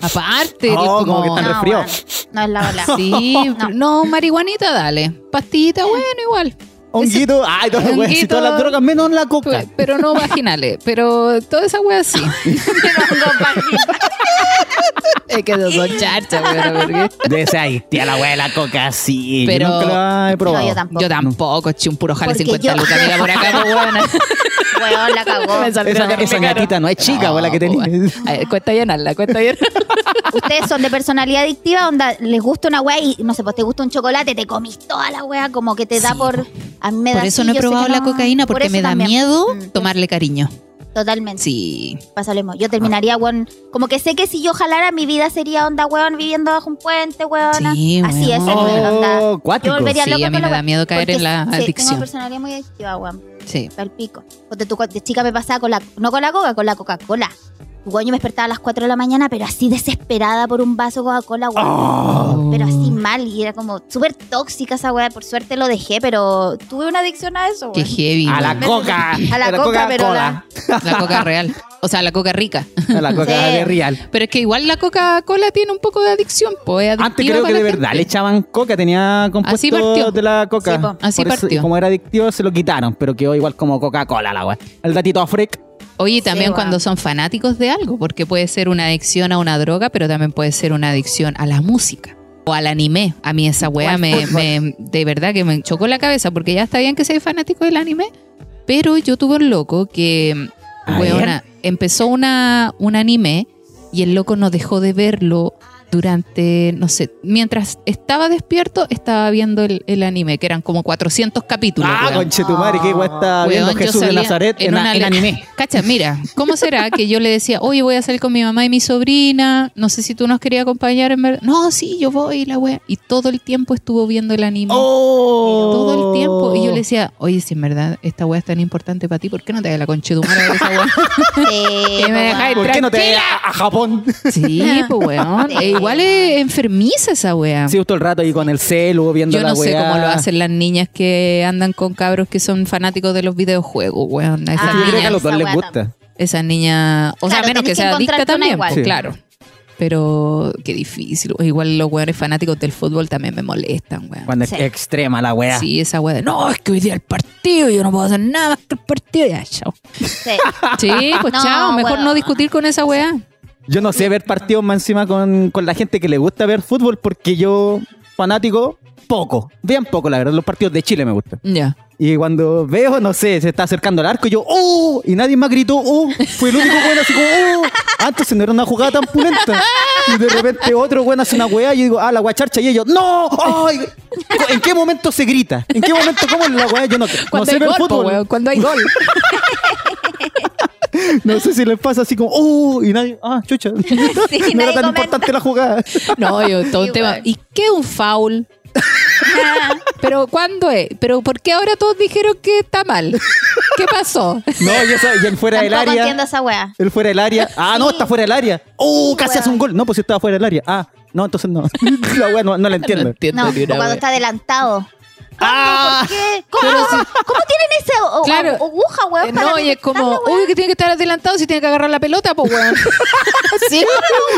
S1: Aparte,
S5: Oh, como
S1: como...
S5: que están
S3: No,
S5: resfriado.
S3: weón, no es la ola.
S1: Sí, no. marihuanita, dale. Pastillita, bueno, igual.
S5: Honguito. Ay, todas las weas, si
S1: Honguito.
S5: todas las drogas, menos la
S3: Pues.
S5: coca.
S1: Pe- Pues, Pero no vaginales. Pero toda esa wea sí. es que esos son charchas, weón, porque-
S5: De esa ahí, tía la wea de la coca, sí.
S1: Pero-
S5: Yo nunca la he probado.
S3: No, yo tampoco.
S1: Yo tampoco, eché un puro jale
S3: Porque
S1: 50
S3: yo-
S1: lucas. Mira por acá, pues, weona.
S3: Weón, la cagó.
S5: Esa, esa gatita no es chica, weón, la que tenía.
S1: A ver, Cuesta llenarla, cuesta llenarla.
S3: Ustedes son de personalidad adictiva, onda, les gusta una weá y no sé, pues te gusta un chocolate, te comís toda la weá, como que te da por. A mí me da
S1: Por eso
S3: así,
S1: no he
S3: yo sé
S1: probado
S3: que
S1: la
S3: no-
S1: cocaína
S3: por
S1: porque
S3: eso
S1: me da
S3: también.
S1: miedo
S3: Mm,
S1: tomarle cariño.
S3: Totalmente.
S1: Sí. Ah.
S3: Pasa lo mismo. Yo terminaría, weón. Como que sé que si yo jalara, mi vida sería onda, weón, viviendo bajo un puente, weón.
S1: Sí,
S3: Así es,
S1: weón.
S3: weón, onda.
S5: Oh, cuático.
S3: Yo volvería
S1: Sí,
S3: loca
S1: a mí
S3: con la
S1: me da
S3: weá,
S1: miedo caer
S3: porque
S1: en la
S3: sí,
S1: adicción.
S3: Tengo personalidad muy adictiva, weón.
S1: Sí.
S3: al pico. Porque tu, de chica me pasaba con la, no con la coca, con la Coca-Cola. Weón, yo me despertaba a las 4 de la mañana, pero así desesperada por un vaso de Coca-Cola,
S5: Oh.
S3: weón. Pero
S1: Oh.
S3: así mal, y era como súper tóxica esa weá. Por suerte lo dejé, pero tuve una adicción a eso,
S1: Qué
S3: weón.
S1: heavy.
S5: A la
S1: weón.
S5: coca.
S3: A la coca, pero
S5: Coca-Cola.
S1: La coca real. O sea, la coca rica.
S5: A la coca
S3: Sí.
S5: de real.
S1: Pero es que igual la Coca-Cola tiene un poco de adicción, pues. es
S5: Antes
S1: adictiva
S5: creo que
S1: para
S5: de
S1: la
S5: verdad le
S1: gente.
S5: echaban coca, tenía
S1: Así
S5: compuesto
S1: partió.
S5: de la coca.
S3: Sí, po.
S1: Así
S5: Por eso,
S1: partió.
S5: como era adictivo, se lo quitaron, pero quedó igual como Coca-Cola la weá. El datito a freak.
S1: Oye, y también
S3: weón.
S1: cuando son fanáticos de algo, porque puede ser una adicción a una droga, pero también puede ser una adicción a la música. O al anime. A mí esa weá me, me- de verdad que me chocó la cabeza, porque ya está bien que seas fanático del anime, pero yo tuve un loco que,
S5: A
S1: weona, empezó una, un anime y el loco no dejó de verlo durante, no sé, mientras estaba despierto, estaba viendo el, el anime, que eran como 400 capítulos.
S5: Ah,
S1: weón.
S5: conchetumare, qué weá está
S1: Weón,
S5: Ah, viendo
S1: yo
S5: Jesús de
S1: salía
S5: Nazaret en,
S1: una
S5: en
S1: le-
S5: anime.
S1: Cacha, mira, ¿cómo será que yo le decía, oye, voy a salir con mi mamá y mi sobrina? No sé si tú nos querías acompañar en verdad. No, sí, yo voy, la wea. Y todo el tiempo estuvo viendo el anime.
S5: Oh.
S1: Todo el tiempo. Y yo le decía, oye, si en verdad esta wea es tan importante para ti, ¿por qué no te hagas la conchedumara de esa wea?
S3: Sí, pues,
S1: Que me dejáis
S5: ¿Por qué no te
S1: tranquila.
S5: a, a Japón?
S1: Sí, pues weón. E igual es enfermiza esa wea.
S5: Sí, todo el rato ahí con el celu viendo
S1: Yo
S5: la
S1: no sé
S5: weá.
S1: cómo lo hacen las niñas que andan con cabros que son fanáticos de los videojuegos, weón. A esas
S3: Ah,
S5: Yo creo que a
S1: niñas-
S5: los dos
S3: esa
S5: les
S3: weá
S5: gusta.
S1: esa niña, o sea,
S3: Claro,
S1: a menos
S3: tenés
S1: que
S3: que
S1: sea adicta
S3: encontrarte una
S1: también,
S3: igual.
S1: pues,
S5: Sí.
S1: claro. Pero qué difícil. O Igual los weones fanáticos del fútbol también me molestan, weón.
S5: Cuando es
S3: Sí.
S5: extrema la weá.
S1: Sí, esa weá de, no, es que hoy día el partido, yo no puedo hacer nada más que el partido. Ya, chao.
S3: sí.
S1: Sí, pues
S3: No,
S1: chao, mejor
S3: weón.
S1: no discutir con esa weá.
S5: Yo no sé ver partidos más encima con, con la gente que le gusta ver fútbol porque yo, fanático, poco. Vean poco, la verdad. Los partidos de Chile me gustan.
S1: Ya.
S5: Y cuando veo, no sé, se está acercando el arco y yo, ¡oh! Y nadie más gritó, ¡oh! Fue el único bueno así como, ¡oh! Antes no era una jugada tan pulenta. Y de repente otro bueno hace una weá y yo digo, ¡ah, la guacharcha! Y ellos, ¡no! ¡ay! ¿En qué momento se grita? ¿En qué momento? ¿Cómo es la weá? Yo no, no
S1: pues, Cuando
S5: sé
S1: hay
S5: ver
S1: gol, po,
S5: fútbol.
S1: weón, cuando hay gol.
S5: No sé si les pasa así como, ¡oh! Y nadie, ¡ah, chucha! no
S3: nadie
S5: era tan
S3: comenta.
S5: importante la jugada.
S1: No, yo, todo un
S3: Sí,
S1: tema.
S3: weón.
S1: ¿Y qué un foul? Pero ¿cuándo es? Pero ¿por qué ahora todos dijeron que está mal? ¿Qué pasó?
S5: No, y, eso, y él fuera del
S3: Tampoco
S5: área.
S3: entiendo esa weá.
S5: Él fuera del área. Ah, no, está fuera del área. Oh, casi
S3: weón.
S5: hace un gol. No, pues si estaba fuera del área. Ah, no, entonces no. La wea no, no la entiendo.
S1: No entiendo
S3: No, o
S1: ni una
S3: cuando
S1: wea.
S3: está adelantado.
S5: ah,
S3: ¿Por qué? ¿Cómo, cómo tienen ese o- o-
S1: Claro.
S3: aguja,
S1: Eh,
S3: weón? para
S1: No, y es como,
S3: detectarlo, weón?
S1: uy, que tiene que estar adelantado si tiene que agarrar la pelota, pues, weón.
S3: Sí, weón.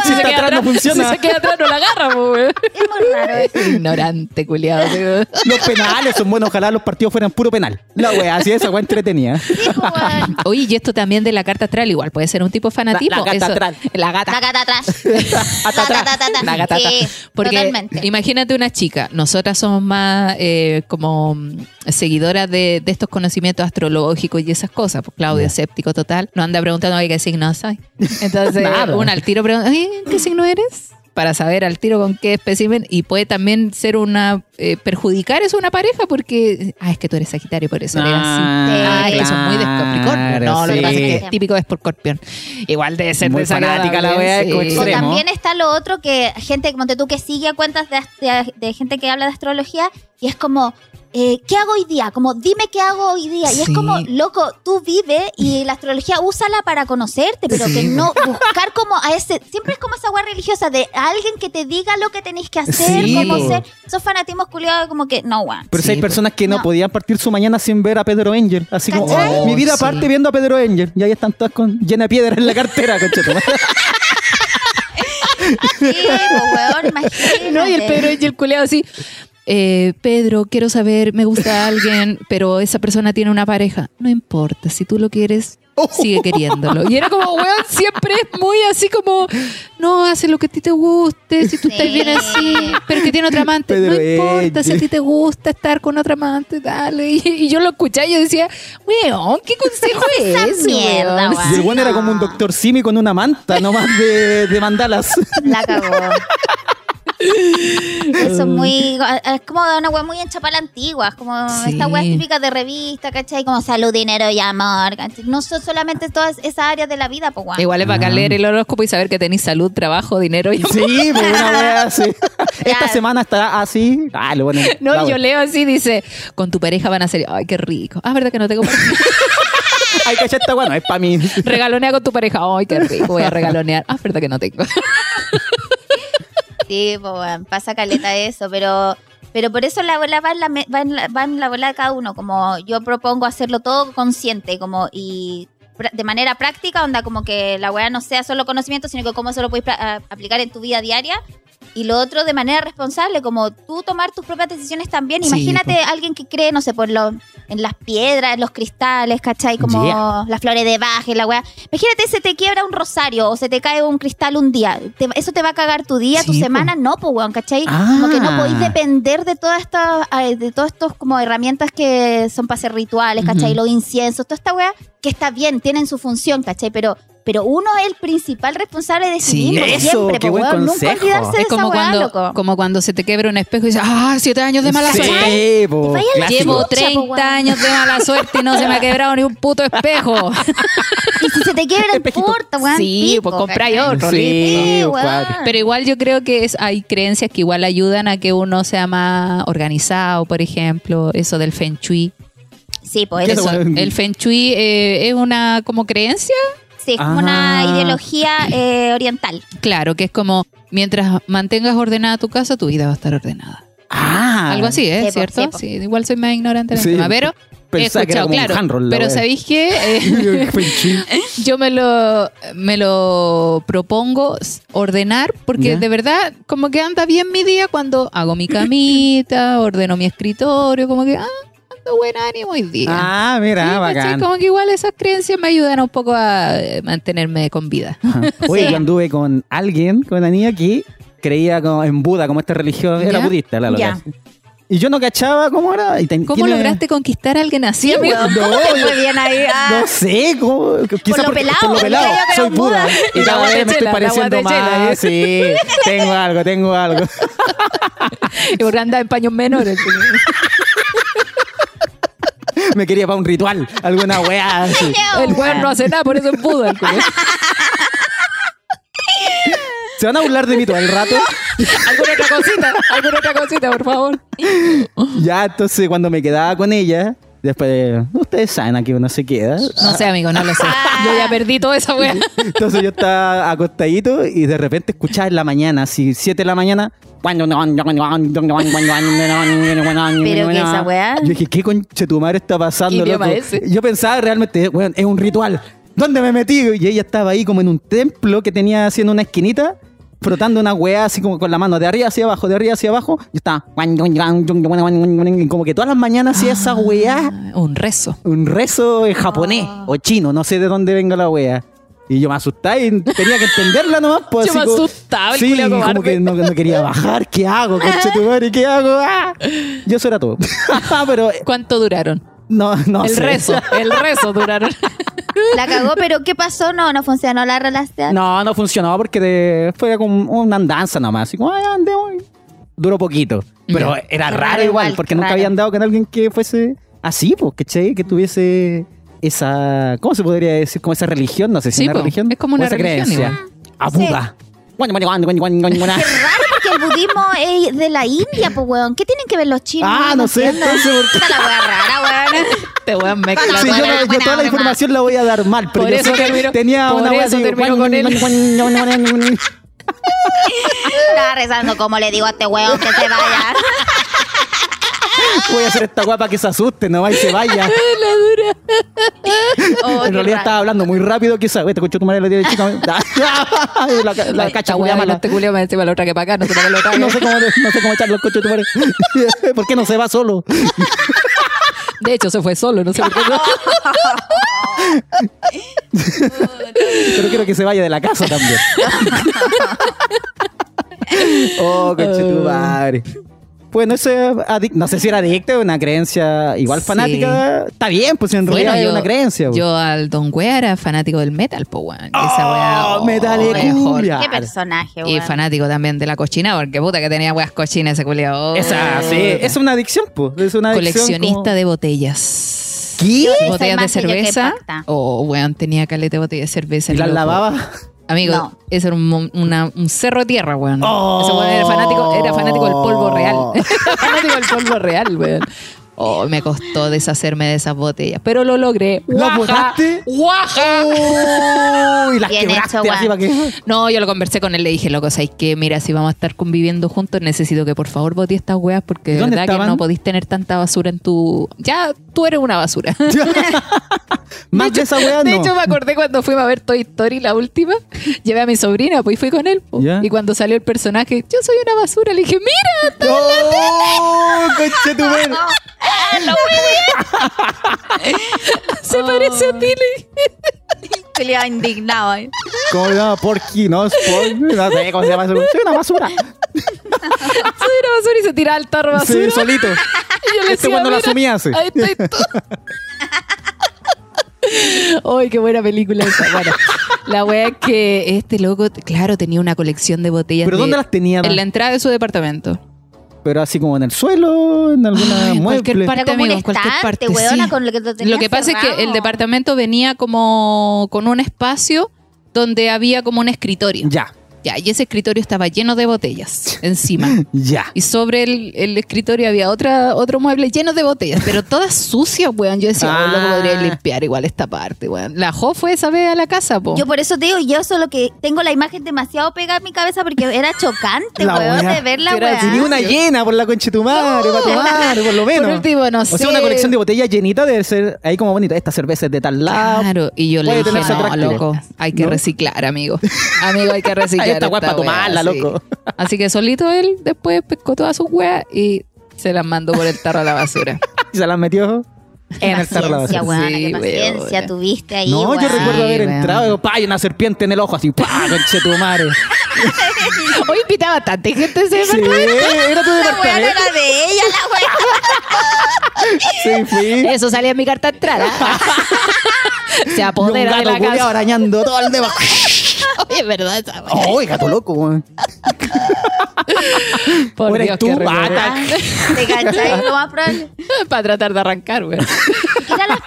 S5: Si está
S1: queda
S5: atrás, no funciona.
S1: Si se queda atrás, no la agarra, pues, weón.
S3: Es muy raro eso.
S1: Ignorante, culiado. sí, weón.
S5: los penales son buenos. Ojalá los partidos fueran puro penal. La wea, así esa wea entretenida.
S3: Sí, po, weón.
S1: Oye, y esto también de la carta astral, igual puede ser un tipo fanatismo.
S5: La- la gata
S1: eso-
S5: astral.
S1: La gata.
S3: La gata atrás. La gata atrás.
S1: La gata
S3: Sí,
S1: atrás. Porque
S3: totalmente.
S1: imagínate una chica, nosotras somos más eh, como mm, seguidoras de, de estos conocimientos astrológicos y esas cosas. Pues Claudio, escéptico total, nos anda preguntando "Oye, qué signo soy. Entonces,
S5: Claro.
S1: una al tiro pregunta, "Oye,
S3: Mm.
S1: ¿qué signo eres? Para saber al tiro con qué espécimen y puede también ser una eh, perjudicar eso a una pareja porque ah es que tú eres sagitario por eso eres así.
S5: Ah,
S1: Ay, que son muy de Capricornio. No, lo que
S5: sí.
S1: pasa es que típico de escorpión. Igual debe ser
S5: Muy
S1: desagradable,
S5: fanática la wea,
S1: sí.
S5: como
S3: O
S5: extremo.
S3: también está lo otro que gente, como tú, que sigue a cuentas de, de- de gente que habla de astrología y es como, eh, ¿qué hago hoy día? Como, dime qué hago hoy día. Y es
S1: Sí.
S3: como, loco, tú vive y la astrología úsala para conocerte, pero
S1: Sí.
S3: que no buscar como a ese. Siempre es como esa weá religiosa de alguien que te diga lo que tenés que hacer,
S5: Sí,
S3: cómo
S5: po.
S3: ser. Esos fanatismos culiados, como que, no, weón.
S5: Pero si
S1: Sí,
S5: hay personas que no,
S3: no.
S5: podían partir su mañana sin ver a Pedro Angel. Así como,
S3: ¿Cachai?
S5: "Oh, mi vida
S1: Sí.
S5: parte viendo a Pedro Angel. Y ahí están todas con llena de piedras en la cartera, conchetumare.
S3: Sí, po, weón, imagínate.
S1: No, y el Pedro y el culeado así. eh, Pedro, quiero saber, me gusta alguien, pero esa persona tiene una pareja. No importa, si tú lo quieres, sigue queriéndolo. Y era como, weón, siempre es muy así como, no, hace lo que a ti te guste, si tú
S3: Sí.
S1: estás bien así, pero que tiene otra amante. no
S5: Pedro
S1: importa,
S5: Engel.
S1: si a ti te gusta estar con otra amante, dale. Y, y yo lo escuchaba y yo decía, weón, ¿qué consejo es
S3: Esa
S1: ese,
S3: mierda,
S1: weón?
S3: weón.
S5: Y el bueno era como un
S3: no.
S5: doctor Simi con una manta, nomás de, de mandalas.
S3: La cagó. Eso es muy. Es como una wea muy en chapala antigua. Es como
S1: Sí.
S3: esta wea típica de revista, ¿cachai? Como salud, dinero y amor. ¿cachai? No son solamente todas esas áreas de la vida, pues weón.
S1: Igual es bacán leer el horóscopo y saber que tenéis salud, trabajo, dinero y
S5: Sí, pues una wea así. Esta
S3: Ya.
S5: semana está así. Ah, lo bueno.
S1: No,
S5: la
S1: yo
S5: wea.
S1: leo así, dice, con tu pareja van a ser, ay, qué rico. Ah, verdad que no tengo pareja.
S5: Ay, que esta wea no es para mí.
S1: Regalonea con tu pareja, ay, qué rico, voy a regalonear. Ah, verdad que no tengo.
S3: Sí, pues weón. Pasa caleta eso, pero. Pero por eso la bola va en la, me- va en la, va en la bola de cada uno. Como yo propongo hacerlo todo consciente como y pra- de manera práctica, onda como que la weá no sea solo conocimiento, sino que cómo eso lo puedes pra- a- aplicar en tu vida diaria. Y lo otro de manera responsable, como tú tomar tus propias decisiones también.
S1: Sí,
S3: Imagínate alguien que cree, no sé, por lo, en las piedras, en los cristales, ¿cachai? Como
S5: Yeah.
S3: las flores de baje, la weá. Imagínate, se te quiebra un rosario o se te cae un cristal un día. Te- eso te va a cagar tu día, tu
S5: Sí, po.
S3: semana, no, pues, weón, ¿cachai?
S5: Ah.
S3: Como que no podéis depender de todas estas, ay, de todos estos como herramientas que son para hacer rituales, ¿cachai? Los inciensos, toda esta weá, que está bien, tienen su función, ¿cachai? Pero, pero uno es el principal responsable de sí,
S1: Sí,
S3: mismo,
S5: eso,
S3: siempre,
S5: qué
S3: po,
S5: buen
S3: weón. Nunca
S5: consejo.
S3: olvidarse de
S1: Es como
S3: esa weá,
S1: cuando,
S3: loco.
S1: como cuando se te quebra un espejo y dices, ah, siete años de mala suerte.
S5: Sí, po,
S3: Vaya la
S5: clásico. pues,
S1: Llevo
S3: chucha, po,
S1: 30
S3: weón.
S1: años de mala suerte y no se me ha quebrado ni un puto espejo.
S3: Y si se te quiebra el
S5: Espejito.
S3: puerto, weón.
S1: Sí,
S3: pico,
S1: pues compráis
S3: ¿cachai?
S1: otro, listo.
S5: Sí,
S3: Sí,
S5: po,
S3: weón.
S5: cuatro.
S1: Pero igual yo creo que es, hay creencias que igual ayudan a que uno sea más organizado, por ejemplo, eso del feng shui.
S3: Sí, pues
S5: ¿Qué
S3: eso.
S5: es
S1: Eso,
S5: bueno.
S1: el feng shui eh, es una como creencia
S3: Sí, es como
S5: Ah.
S3: una ideología eh, oriental.
S1: Claro, que es como mientras mantengas ordenada tu casa, tu vida va a estar ordenada.
S5: Ah,
S1: Algo así, ¿eh?
S3: sí, po,
S1: ¿Cierto?
S3: sí, po.
S1: Sí, igual soy más ignorante en el
S5: Sí,
S1: tema, pero he
S5: Pensaba que era
S1: escuchado,
S5: como un
S1: claro.
S5: hand roll, la
S1: pero
S5: wea.
S1: ¿sabéis qué? Eh, yo me lo, me lo propongo s- ordenar porque
S5: Ya.
S1: de verdad como que anda bien mi día cuando hago mi camita, ordeno mi escritorio, como que ah, ando buen ánimo hoy día.
S5: Ah,
S1: Sí,
S5: mira,
S1: ¿cachai?
S5: bacán.
S1: Como que igual esas creencias me ayudan un poco a eh, mantenerme con vida.
S5: Ajá. Oye,
S3: Sí.
S5: yo anduve con alguien, con una niña que creía como en Buda, como esta religión, era
S1: Ya.
S5: budista, la loca. Y yo no cachaba cómo era. Y ten-
S1: ¿Cómo
S5: tiene-
S1: lograste conquistar a alguien así? amigo?
S3: weón. ¿Cómo te fue bien ahí? Ah.
S5: No sé, ¿cómo? Quizá
S3: lo
S5: porque-
S3: pelado,
S5: por lo
S3: yo
S5: pelado.
S3: creo que era
S5: Soy
S3: un Buda.
S5: Buda. Y
S1: La
S5: la
S1: guatechela,
S5: vez me estoy
S1: la
S5: pareciendo
S1: guatechela,
S5: más. Sí, tengo algo, tengo algo.
S1: Y ahora anda en paños menores.
S5: Me quería para un ritual, alguna weá así.
S3: Oh,
S1: El weón no hace nada, por eso es Buda. el culiao.
S5: Se van a burlar de mí todo el rato.
S1: Alguna otra cosita, alguna otra cosita, por favor.
S5: Ya, entonces cuando me quedaba con ella, después, ustedes saben a qué uno se queda.
S1: No sé, amigo, no lo sé. Ah. Yo ya perdí toda esa wea.
S5: Entonces yo estaba acostadito y de repente escuchaba en la mañana, así 7 de la mañana. Pero
S3: que esa weá.
S5: Yo dije, ¿qué conche tu madre está pasando,
S1: Idioma
S5: loco?
S1: ese.
S5: Yo pensaba realmente, weón, es un ritual. ¿Dónde me metí? Y ella estaba ahí como en un templo que tenía así en una esquinita, frotando una weá así como con la mano de arriba hacia abajo, de arriba hacia abajo. Yo estaba. y Como que todas las mañanas hacía esa weá
S1: Ah, Un rezo.
S5: un rezo
S1: Ah.
S5: en japonés o chino, no sé de dónde venga la wea. Y yo me asustaba y tenía que entenderla nomás. Pues,
S1: Yo
S5: así
S1: me
S5: como-
S1: asustaba, el
S5: Sí,
S1: culiao
S5: como
S1: cobarde.
S5: que no, no quería bajar. ¿Qué hago, conchetumare? ¿Qué hago? ¡Ah! Yo eso era todo. Pero eh,
S1: ¿Cuánto duraron?
S5: no, no
S1: el
S5: sé.
S1: rezo, el rezo duraron.
S3: La cagó, pero ¿qué pasó? No, no funcionó la relación.
S5: No, no funcionó porque de- fue como una andanza nomás. Así como, "Ay, ande, voy". Duró poquito. Pero
S1: Ya.
S5: era
S3: Raro
S5: raro, igual,
S3: igual,
S5: porque nunca
S3: raro.
S5: había andado con alguien que fuese así, pues, ¿cachai? Que tuviese esa. ¿Cómo se podría decir? Como esa religión, no sé si
S1: Sí,
S5: una
S1: po,
S5: religión.
S1: es como una
S5: o esa
S1: religión
S5: creencia. A
S3: Sí.
S5: Buda. Guan, guan, guan, guan, guan, guan, guan.
S3: Raro porque el budismo es de la India, pues, weón. ¿Qué tienen que ver los chinos?
S5: Ah, no sé,
S3: entiendo.
S5: entonces, ¿por qué?
S3: Está la wea rara, weón.
S1: Te voy a mezclar.
S5: Sí, yo,
S3: buena,
S5: no- yo
S3: buena
S5: toda la
S3: broma.
S5: información la voy a dar mal, pero
S1: Por
S5: yo
S1: eso
S5: sé que
S1: termino-
S5: tenía
S1: por
S5: una wea
S1: eso
S5: así,
S1: termino
S5: guan,
S1: con él.
S5: guan, guan, guan, guan, guan.
S3: Estaba rezando, ¿cómo le digo a este weón que se vaya?
S5: Voy a hacer esta guapa que se asuste, no va y se vaya.
S3: Oh,
S5: en
S3: qué
S5: realidad
S3: raro.
S5: estaba hablando muy rápido, que esa, te escuchó tu madre la tiene chica. la la, la
S1: Ay,
S5: cacha
S1: esta
S5: culiá
S1: wea
S5: mala.
S1: Este culio me encima la otra que para acá, no sé para qué lo
S5: No
S1: trae.
S5: sé cómo, no sé cómo echar los coches tu madre. ¿Por qué no se va solo?
S1: De hecho, se fue solo, no sé por qué. no.
S5: Pero quiero que se vaya de la casa también. oh, coche tu
S1: Ah.
S5: madre. Bueno, eso es adic- no sé si era adicto, una creencia igual
S1: Sí.
S5: fanática. Está bien, pues en realidad es una creencia. pues.
S1: yo al Don Wea era fanático del metal, po, weón. Esa wea.
S5: Oh, metal es
S1: mejor.
S5: cumbia.
S3: Qué personaje,
S1: Y
S3: Este weón.
S1: fanático también de la cochina, porque puta que tenía weas cochinas ese culiao. Oh.
S5: Esa, sí, es una adicción, pues. Es una adicción
S1: Coleccionista
S5: como-
S1: de botellas.
S5: ¿Qué?
S3: Esa
S1: Botellas de
S3: imagen yo quedé
S1: cerveza.
S3: impacta.
S1: Oh, weón, tenía caleta de botellas de cerveza.
S5: ¿Y
S1: el
S5: las
S1: loco.
S5: lavaba?
S1: Amigo,
S3: No.
S1: ese era un, mon- una- un cerro de tierra, weón.
S5: Oh.
S1: Ese weón era fanático, era fanático del polvo real. Era fanático del polvo real, weón. Oh, me costó deshacerme de esas botellas, pero lo logré. Guaja,
S5: ¿Las botaste?
S1: ¡Guaja!
S5: Oh. Uy, las
S3: Bien
S5: quebraste
S3: hecho,
S5: así
S3: guau.
S5: para que.
S1: No, yo lo conversé con él, le dije, loco, ¿sabes qué? Mira, si vamos a estar conviviendo juntos, necesito que por favor botí estas weas porque de
S5: ¿Dónde
S1: verdad
S5: estaban?
S1: que no podís tener tanta basura en tu... Ya, tú eres una basura.
S5: Más de esa weá,
S1: De
S5: no.
S1: hecho, me acordé cuando fuimos a ver Toy Story, la última. Llevé a mi sobrina, pues y fui con él. po.
S5: Ya.
S1: Y cuando salió el personaje, yo soy una basura, le dije, mira, está
S5: ¡Oh! ¡Conche tu madre!
S1: Se parece a ti. le dije.
S3: Se le ha indignado. eh.
S5: ¿Cómo se llama? Porky, ¿no? Es Porky. No sé cómo se llama. ese weón. Soy una basura.
S1: Soy una basura y se tira al tarro de basura.
S5: Sí, solito.
S1: Y yo le
S5: Este
S1: decía,
S5: cuando lo
S1: "Mira,
S5: asumí hace".
S1: Ahí estoy tú. Ay, qué buena película esa. Bueno, la wea es que este loco, claro, tenía una colección de botellas.
S5: ¿Pero
S1: de-
S5: dónde las tenía?
S1: En la entrada de su departamento.
S5: Pero así como en el suelo, en alguna
S1: Ay, en cualquier
S5: Ah, mueble.
S1: parte,
S3: Era como un
S1: amigo, en cualquier
S3: estante,
S1: parte.
S3: weona,
S1: sí.
S3: con lo que lo tenías
S1: pasa es
S3: cerrado.
S1: que el departamento venía como con un espacio donde había como un escritorio.
S5: Ya,
S1: Ya, y ese escritorio estaba lleno de botellas encima.
S5: ya.
S1: Y sobre el, el escritorio había otra, otro mueble lleno de botellas, pero todas sucias, weón. Yo decía,
S5: Ah.
S1: oh, loco, podría limpiar igual esta parte, weón. La Jo fue esa vez a la casa,
S5: Oh.
S1: po.
S3: Yo por eso te digo, yo solo que tengo la imagen demasiado pegada en mi cabeza porque era chocante,
S5: La
S3: weón,
S5: weá.
S3: de ver la
S1: Era
S3: weá.
S5: Y ni una llena por la concha de tu madre, para tomar, por lo menos.
S1: Por último, no
S5: o sea, una
S1: sé.
S5: colección de botellas llenitas debe ser ahí como bonito. Esta cerveza es de tal lado.
S1: Claro, y yo le
S5: Puede
S1: dije,
S5: tener ese
S1: no,
S5: atractivo".
S1: loco, hay que
S5: ¿No?
S1: reciclar, amigo. Amigo, hay que reciclar.
S5: Hay esta weá pa'
S1: weá,
S5: tomarla,
S1: sí.
S5: loco.
S1: Así que solito él después pescó todas sus weas y se las mandó por el tarro a la basura.
S5: Y se las metió
S3: Qué
S5: en el tarro. de la
S3: paciencia,
S5: basura.
S3: weona, qué
S1: Sí,
S3: paciencia
S1: weona.
S3: tuviste ahí,
S5: No, yo
S3: weón.
S5: recuerdo haber
S1: Sí, weón.
S5: entrado y digo, pa, hay una serpiente en el ojo, así, pa, conche tu madre.
S1: Hoy invitaba a tanta gente, se
S5: Sí, era tu
S3: La weá no
S5: departamento.
S3: era de ella, la weá.
S5: Sí, fui.
S1: Eso salía en mi carta de entrada. se
S5: Y un
S1: apodera de
S5: gato
S1: la
S5: culiao
S1: casa.
S5: arañando todo el debajo.
S1: Oye, es verdad esa wea.
S5: ¡Oh, gato loco! weón.
S1: Por
S5: Eres
S1: Dios, Ah,
S5: tú,
S3: Ah,
S1: qué rigor.
S5: pata.
S3: ¿Te cachai? Lo más probable.
S1: Para tratar de arrancar, weón.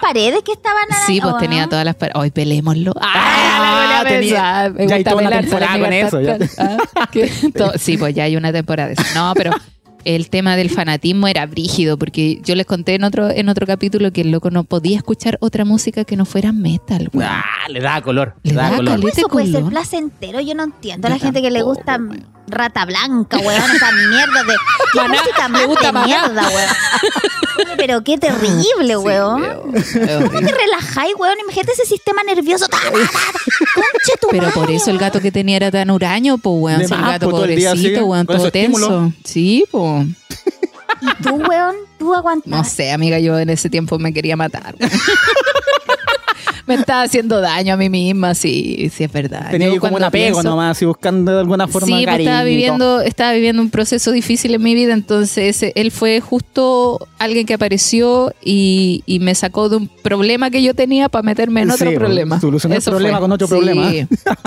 S3: paredes que estaban a-
S1: Sí, pues
S3: o
S1: tenía
S3: no?
S1: todas las paredes. Hoy pelémoslo.
S5: Ah,
S1: ¡Ah! la buena
S5: tenía-
S1: mesa. Me
S5: ya hay
S1: gusta
S5: toda una
S1: pelar,
S5: temporada
S1: solo me
S5: con
S1: gusta
S5: eso,
S1: tal. Ah, que to- sí, pues ya hay una temporada. de eso. No, pero el tema del fanatismo era brígido, porque yo les conté en otro, en otro capítulo que el loco no podía escuchar otra música que no fuera metal. weón.
S5: Ah, le da color.
S1: Le da
S5: color.
S1: calor.
S3: ¿Cómo eso puede ser
S1: color?
S3: placentero? Yo no entiendo a la
S1: Yo
S3: gente que le
S1: tampoco,
S3: gusta
S1: weón.
S3: rata blanca, weón, esa mierda de ¿Qué
S1: Maná,
S3: música
S1: le
S3: más
S1: gusta
S3: de
S1: Maná.
S3: mierda, weón. Oye, Pero qué terrible, weón.
S1: Sí, weón.
S3: ¿Cómo te relajáis, weón? Imagínate ese sistema nervioso. Ta, ta, ta, ta. Conche tu
S1: Pero
S3: madre,
S1: por eso el
S3: weón.
S1: gato que tenía era tan huraño, pues, weón.
S5: De
S1: Si el
S5: más,
S1: gato
S5: pues, todo el día así,
S1: pobrecito, weón,
S5: con
S1: todo
S5: esos estímulos.
S1: tenso. Sí, pues.
S3: Y tú, weón, tú aguantas.
S1: No sé, amiga, yo en ese tiempo me quería matar. me estaba haciendo daño a mí misma, sí, sí es verdad.
S5: Tenía
S1: Yo
S5: yo como un
S1: cuando
S5: apego
S1: pienso-
S5: nomás, así buscando de alguna forma
S1: Sí, pues,
S5: cariño.
S1: estaba viviendo, estaba viviendo un proceso difícil en mi vida, entonces eh, él fue justo alguien que apareció y, y me sacó de un problema que yo tenía para meterme en otro
S5: Sí,
S1: problema.
S5: solucionó el
S1: Eso
S5: problema con otro
S1: Sí,
S5: problema.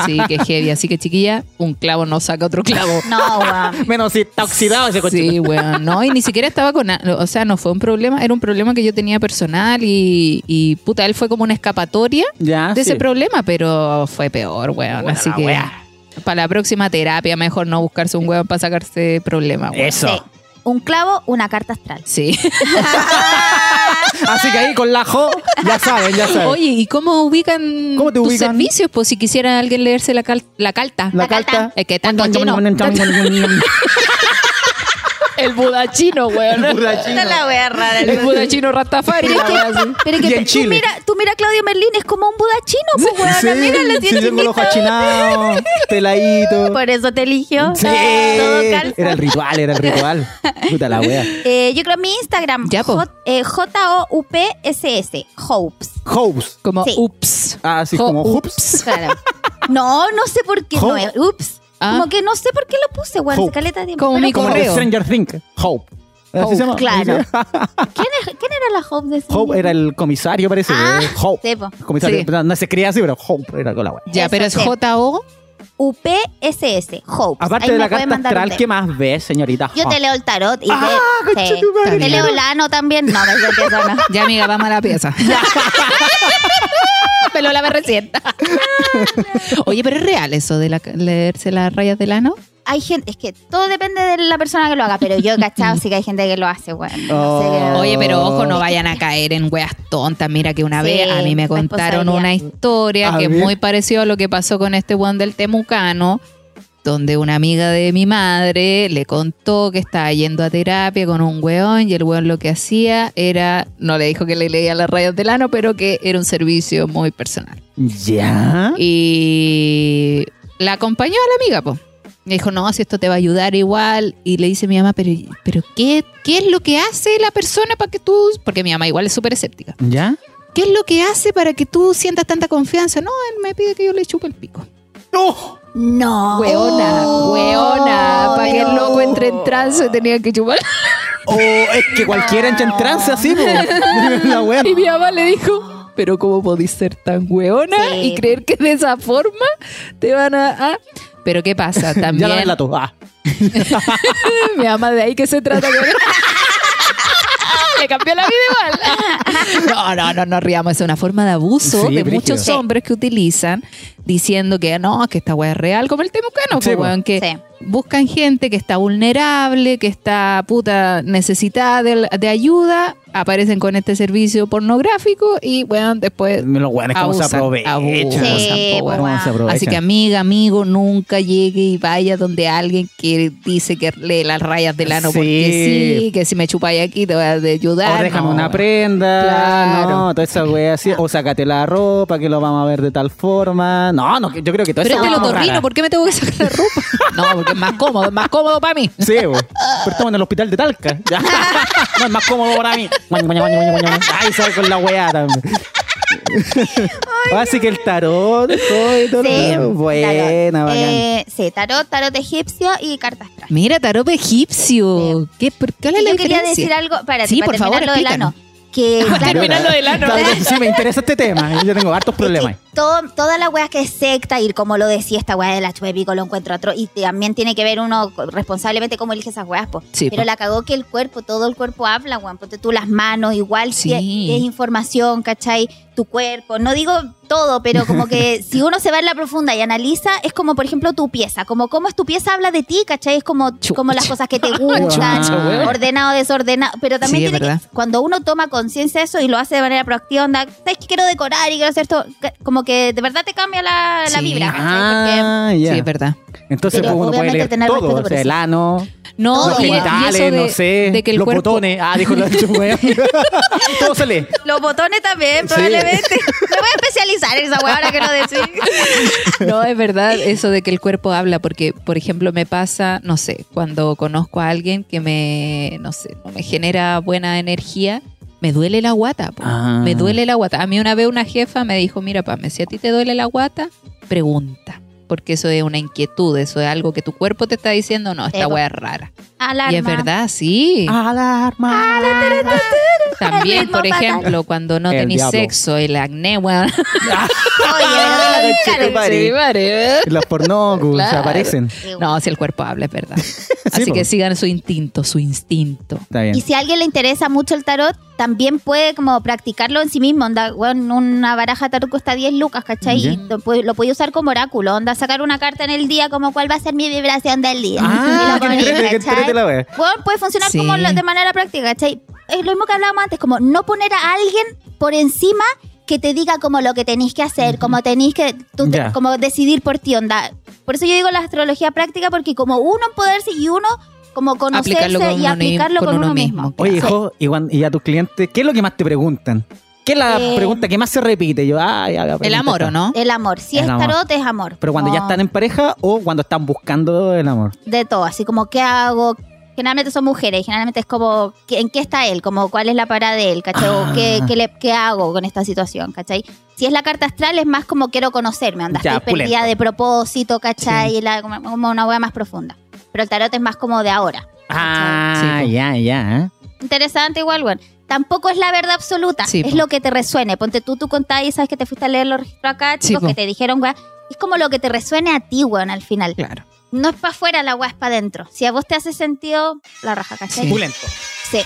S1: Sí, que heavy. Así que chiquilla, un clavo no saca otro clavo.
S3: No, weón.
S5: Menos si está oxidado ese coche.
S1: Sí, weón. No, y ni siquiera estaba con. a- O sea, no fue un problema, era un problema que yo tenía personal y, y puta, él fue como una escapatoria
S5: Ya,
S1: de
S5: sí.
S1: ese problema, pero fue peor, weón.
S5: Puta
S1: Así
S5: la
S1: que.
S5: wea.
S1: Para la próxima terapia, mejor no buscarse un weón para sacarse problemas, weón.
S5: Eso.
S3: Sí. Un clavo, una carta astral.
S1: Sí.
S5: Así que ahí con la jo, ya saben, ya saben.
S1: Oye, ¿y cómo ubican
S5: ¿Cómo te
S1: tus
S5: ubican?
S1: servicios? Pues si quisiera alguien leerse la, cal- la calta.
S5: la carta.
S1: Es que tanto chino. El Buda chino, weón.
S3: Esta es la wea rara.
S1: El Buda chino Rastafari.
S3: Pero es que, pero es que
S5: Y en
S3: tú, tú
S5: Chile.
S3: mira, tú mira a Claudio Merlín, es como un Buda chino, pues, weón. mira, lo
S5: sí,
S3: tiene
S5: tengo los
S3: finito.
S5: ojos achinados, peladito.
S3: Por eso te eligió.
S5: Sí.
S3: Todo calza.
S5: Era el ritual, era el ritual. Puta la wea.
S3: Eh, yo creo mi Instagram,
S1: Ya, po.
S3: J- eh, J-O-U-P-S-S, Hopes.
S5: Hopes.
S1: Como
S3: Sí.
S1: ups.
S5: Ah, así
S1: Jo-
S5: como hopes.
S1: ups.
S3: Claro. No, no sé por qué.
S5: Hope.
S3: No, es- ups.
S1: Ah.
S3: Como que no sé por qué lo puse, weón.
S5: Hope.
S3: se caleta de tiempo.
S1: Como
S3: Pero
S1: mi
S5: Como
S1: correo.
S5: de Stranger Things. Hope. ¿Así
S1: Hope,
S5: se llama?
S3: claro.
S5: Sí.
S3: ¿quién, es- quién era la Hope de ese
S5: Hope
S3: niño?
S5: era el comisario, parece.
S3: Ah,
S5: eh, Hope.
S3: sí, po.
S5: Comisario.
S1: Sí.
S5: No, no se escribía así, pero Hope era con la wea.
S1: Ya,
S3: Eso
S1: pero es
S3: sí.
S1: J-O.
S3: UPSS, Hopes.
S5: Aparte
S3: Ahí
S5: de
S3: me
S5: la
S3: pueden
S5: carta
S3: mandar un
S5: astral,
S3: tema.
S5: ¿qué más ves, señorita?
S3: Yo te leo el tarot y
S5: Ah,
S3: te,
S5: concha
S3: sí.
S5: tu madre.
S3: te leo el ano también. No, no, yo empiezo no.
S1: Ya, amiga, vamos a la pieza. Pero la me resienta. Oye, pero es real eso de la- leerse las rayas del ano.
S3: Hay gente, es que todo depende de la persona que lo haga, pero yo he cachado, sí que hay gente que lo hace, weón. No sé qué-
S5: Oh.
S1: Oye, pero ojo, no vayan a caer en weas tontas. Mira que una
S3: Sí,
S1: vez a mí me contaron
S3: responsabilidad.
S1: una historia
S5: A
S1: que es
S5: ver.
S1: muy parecida a lo que pasó con este weón del Temucano, donde una amiga de mi madre le contó que estaba yendo a terapia con un weón y el weón lo que hacía era, no le dijo que le leía las rayas del ano, pero que era un servicio muy personal.
S5: Ya.
S1: Y la acompañó a la amiga, pues. Me dijo, no, si esto te va a ayudar igual. Y le dice mi mamá, pero, pero ¿qué, ¿qué es lo que hace la persona para que tú...? Porque mi mamá igual es súper escéptica.
S5: ¿Ya?
S1: ¿Qué es lo que hace para que tú sientas tanta confianza? No, él me pide que yo le chupe el pico.
S5: ¡No!
S1: Oh,
S3: No.
S1: Hueona, hueona. Para que el
S3: pero-
S1: loco entre en trance tenía que chupar.
S5: O Oh, es que cualquiera entra en trance así, po. La wea.
S1: Y mi mamá le dijo, pero ¿cómo podís ser tan hueona
S3: Sí.
S1: y creer que de esa forma te van a...? a-?" Pero ¿qué pasa?
S5: Ya la
S1: También
S5: delato. Ah.
S1: Mi mamá, de ahí que se trata. que- Le cambió la vida igual. No, no, no, no riamos. Es una forma de abuso
S5: Sí,
S1: de
S5: brígido.
S1: muchos
S5: Sí.
S1: hombres que utilizan diciendo que no, que esta weá es real, como el temucano,
S5: Sí,
S1: po,
S5: po.
S1: weón, que
S3: Sí.
S1: buscan gente que está vulnerable, que está puta necesitada de, de ayuda, aparecen con este servicio pornográfico y, weón, después
S5: Los weones como se
S1: Abusan,
S5: aprovechan.
S1: abusan,
S3: Sí,
S1: po,
S3: po,
S1: weón.
S5: ¿Cómo se aprovechan?
S1: Así que amiga, amigo, nunca llegue y vaya donde alguien que dice que lee las rayas del ano
S5: Sí.
S1: porque sí, que si me chupáis aquí te voy a ayudar.
S5: O déjame
S1: No,
S5: una
S1: bueno.
S5: prenda.
S1: Claro.
S5: No, toda esa wea así. O sácate la ropa, que lo vamos a ver de tal forma. No, no, que- yo creo que todo
S1: Pero
S5: eso
S1: es
S5: es
S1: del
S5: como rara.
S1: otorrino, ¿por qué me tengo que sacar la ropa? No, porque es más cómodo, es más cómodo para mí.
S5: Sí, bo. Pero estamos en el hospital de Talca. Ya. No, es más cómodo para mí. Guañ, guañ, guañ, guañ, guañ. Ay, sale con la weá también. Así que el tarot, todo y todo lo
S3: Sí,
S5: demás. Buena,
S3: tarot.
S5: bacán.
S3: Eh, sí, tarot, tarot egipcio y carta astral.
S1: Mira, tarot egipcio. ¿Qué, por, ¿Cuál es
S3: Y
S1: la
S3: yo quería
S1: diferencia?
S3: decir algo, espérate,
S1: Sí,
S3: para
S1: por
S3: terminar
S1: favor,
S3: lo del
S1: explícanos.
S3: ano. Que, claro,
S1: terminar lo del ano.
S5: Tal vez Sí, me interesa este tema. Yo tengo hartos problemas.
S3: todo, toda la weá que es secta, y como lo decía esta weá de la chuepico, lo encuentro otro, y también tiene que ver uno responsablemente cómo elige esas weas, po.
S1: Sí,
S3: Pero
S1: po.
S3: la cagó que el cuerpo, todo el cuerpo habla, weón. Ponte tú las manos, igual si
S1: Sí.
S3: es, si es información, ¿cachai? Tu cuerpo, no digo todo, pero como que si uno se va en la profunda y analiza, es como, por ejemplo, tu pieza, como cómo es tu pieza habla de ti, ¿cachai? Es como,
S1: Chucha.
S3: como las cosas que te gustan,
S1: Chucha, weón.
S3: ordenado, desordenado, pero también
S1: Sí, es
S3: tiene que-
S1: verdad.
S3: cuando uno toma conciencia de eso y lo hace de manera proactiva, onda, ¿sabes que quiero decorar y quiero hacer esto? Que- Como que de verdad te cambia la, la
S1: Sí.
S3: vibra. ¿cachai?
S5: Ah, ya.
S1: Sí, es verdad.
S5: Entonces
S3: Pero
S5: pues, uno puede
S3: obviamente
S5: leer
S3: tener
S5: todo,
S3: respeto
S5: o
S3: por
S5: sea, el
S3: eso.
S5: ano,
S1: No,
S5: los
S1: y, y
S5: genitales,
S1: eso de,
S5: no sé,
S1: de que el
S5: los
S1: cuerpo-
S5: botones. Ah, dijo la weá. Todo se lee.
S3: Los botones también,
S5: Sí.
S3: probablemente. Me voy a especializar en esa weá ahora que lo decís.
S1: No, es verdad eso de que el cuerpo habla, porque, por ejemplo, me pasa, no sé, cuando conozco a alguien que me, no sé, no me genera buena energía, me duele la guata, po.
S5: Ah.
S1: me duele la guata. A mí una vez una jefa me dijo, mira, Pame, si a ti te duele la guata, pregunta, porque eso es una inquietud, eso es algo que tu cuerpo te está diciendo, no,
S3: Sí,
S1: esta
S3: po.
S1: wea es rara.
S3: Alarma.
S1: Y es verdad, sí.
S5: Ah. Alarma. alarma.
S1: También,
S3: ritmo
S1: por
S3: fatal.
S1: ejemplo, cuando no
S5: El
S1: tenéis
S5: diablo.
S1: sexo, el acné, weón.
S3: Oye,
S5: Ah,
S3: ¿verdad? Claro.
S5: Conchetumare.
S1: Sí, pare.
S5: Los pornocus
S1: Claro.
S5: se aparecen.
S1: No, si el cuerpo habla, es verdad. Así
S5: po.
S1: que sigan su instinto, su instinto.
S5: Está bien.
S3: Y si a alguien le interesa mucho el tarot, también puede como practicarlo en sí mismo. Onda, weón, una baraja de tarot cuesta 10 lucas, ¿cachai?
S5: Ya.
S3: Y lo puede, lo puede usar como oráculo. Onda, sacar una carta en el día como cuál va a ser mi vibración del día.
S5: Ah,
S3: Y lo
S5: que
S3: pones,
S5: entrete, que entrete
S3: ¿cachai?
S5: la wea.
S3: Weón, puede funcionar
S1: Sí.
S3: como lo- de manera práctica, ¿cachai? Es lo mismo que hablábamos antes, como no poner a alguien por encima que te diga como lo que tenéis que hacer, como tenéis que, tú te-
S5: Ya.
S3: como decidir por ti, onda. Por eso yo digo la astrología práctica, porque como uno empoderarse y uno como conocerse
S1: Aplicarlo con
S3: y
S1: uno ni-
S3: aplicarlo con, uno mismo.
S5: Oye,
S3: Sí.
S5: hijo, y, cuan- y a tus clientes, ¿qué es lo que más te preguntan? ¿Qué es la
S3: Eh,
S5: pregunta que más se repite? Yo, ay, haga
S1: El
S5: pregunta
S1: amor,
S5: esta.
S1: ¿o no?
S3: El amor. Si
S5: El
S3: es
S5: amor.
S3: tarot, es amor.
S5: Pero cuando ya
S3: Como
S5: están en pareja o cuando están buscando el amor.
S3: De todo, así como, ¿qué hago? Generalmente son mujeres, y generalmente es como, ¿qué- ¿en qué está él? Como, ¿cuál es la parada de él? ¿Cachai? O, ¿Qué, qué le- qué hago con esta situación? ¿Cachai? Si es la carta astral, es más como quiero conocerme, andas
S5: Ya,
S3: estoy perdida
S5: pulento.
S3: de propósito, ¿cachai? Y la- como como una hueá más profunda. Pero el tarot es más como de ahora.
S5: Ah,
S1: Sí, po.
S5: ya, ya. ¿eh?
S3: Interesante igual, bueno. Tampoco es la verdad absoluta,
S1: Sí,
S3: es
S1: po.
S3: lo que te resuene. Ponte tú, tú contás y sabes que te fuiste a leer los registros acá,
S1: Sí,
S3: chicos,
S1: po.
S3: que te dijeron, weá. Es como lo que te resuene a ti, weón, al final.
S1: Claro.
S3: No es para afuera la weá, es para adentro. Si a vos te hace sentido, la raja, ¿cachai?
S1: Sí.
S5: Pulento.
S3: Sí.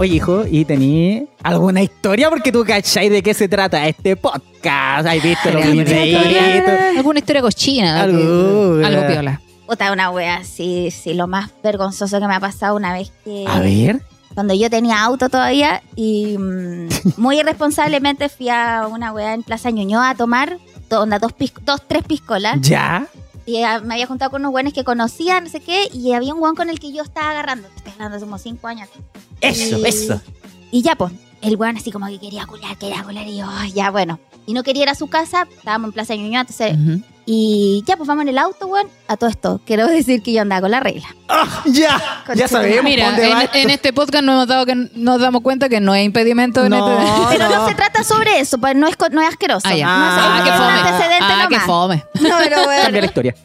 S5: Oye, hijo, ¿y tení alguna historia? Porque tú cacháis de qué se trata este podcast. ¿Has visto los
S1: ¿Alguna
S5: videitos?
S1: historia- alguna historia cochina? Eh,
S5: Alguna.
S1: Algo piola.
S3: Puta, una wea así, sí, lo más vergonzoso que me ha pasado una vez que...
S5: A ver.
S3: Cuando yo tenía auto todavía y mm, muy irresponsablemente fui a una wea en Plaza Ñuñoa a tomar, to- onda, dos, pisco- dos tres piscolas.
S5: Ya.
S3: Y ah, me había juntado con unos weones que conocía, no sé qué, y había un weón con el que yo estaba agarrando. Estoy hablando hace como cinco años.
S5: Eso,
S3: Y-
S5: eso.
S3: Y ya, pues, el weón así como que quería cular, quería cular, y yo, "Ay, ya, bueno. Y no quería ir a su casa, estábamos en Plaza Ñuñoa, entonces...
S1: Ujú.
S3: Y ya, pues vamos en el auto, weón, a todo esto. Quiero decir que yo andaba con la regla.
S5: Ya.
S3: Conchetumare.
S5: Ya sabemos
S1: Mira,
S5: dónde va
S1: en,
S5: esto.
S1: en este podcast nos, hemos dado que, nos damos cuenta que no hay impedimento en
S5: No,
S1: este...
S3: Pero no
S5: no.
S3: se trata sobre eso, pa- no es, co- no es asqueroso.
S1: Ah, ya.
S3: No es-
S5: Ah,
S1: Ah,
S3: es
S1: qué
S3: un
S1: fome.
S3: antecedente
S1: Ah, qué
S3: nomás.
S1: fome.
S3: No, pero
S5: Cambia la
S3: bueno.
S5: historia.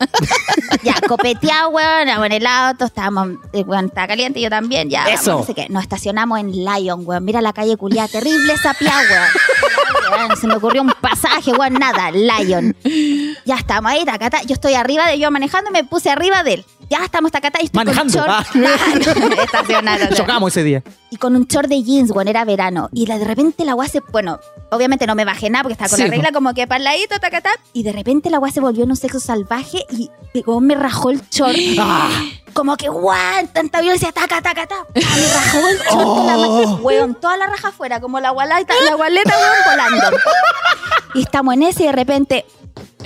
S3: Ya, copeteado, weón, en el auto, estábamos, eh, weón, estaba caliente, yo también, ya.
S5: Eso.
S3: vamos, no sé qué. Nos estacionamos en Lion, weón. Mira la calle culiada, terrible esa pia, weón. Ay, weón, Se me ocurrió un pasaje, weón, nada, Lion. Ya estamos ahí, tacata. Yo estoy arriba de yo manejando y me puse arriba de él. Ya estamos tacata y estoy
S5: Manejando.
S3: con
S5: Ah.
S3: short. Estacionado, claro.
S5: Chocamos ese día.
S3: y con un short de jeans, bueno, era verano. Y la- de repente la agua se. Bueno, obviamente no me bajé nada porque estaba con
S1: Sí,
S3: la regla como que para el ladito, tacatá. Y de repente la agua se volvió en un sexo salvaje y pegó, me rajó el short. Como que, guau, tanta violencia, taca, taca, taca. Ah, Me rajó el short, de la ma- weón, toda la raja afuera, como la gualeta, la gualeta, weón, volando. Y estamos en ese y de repente,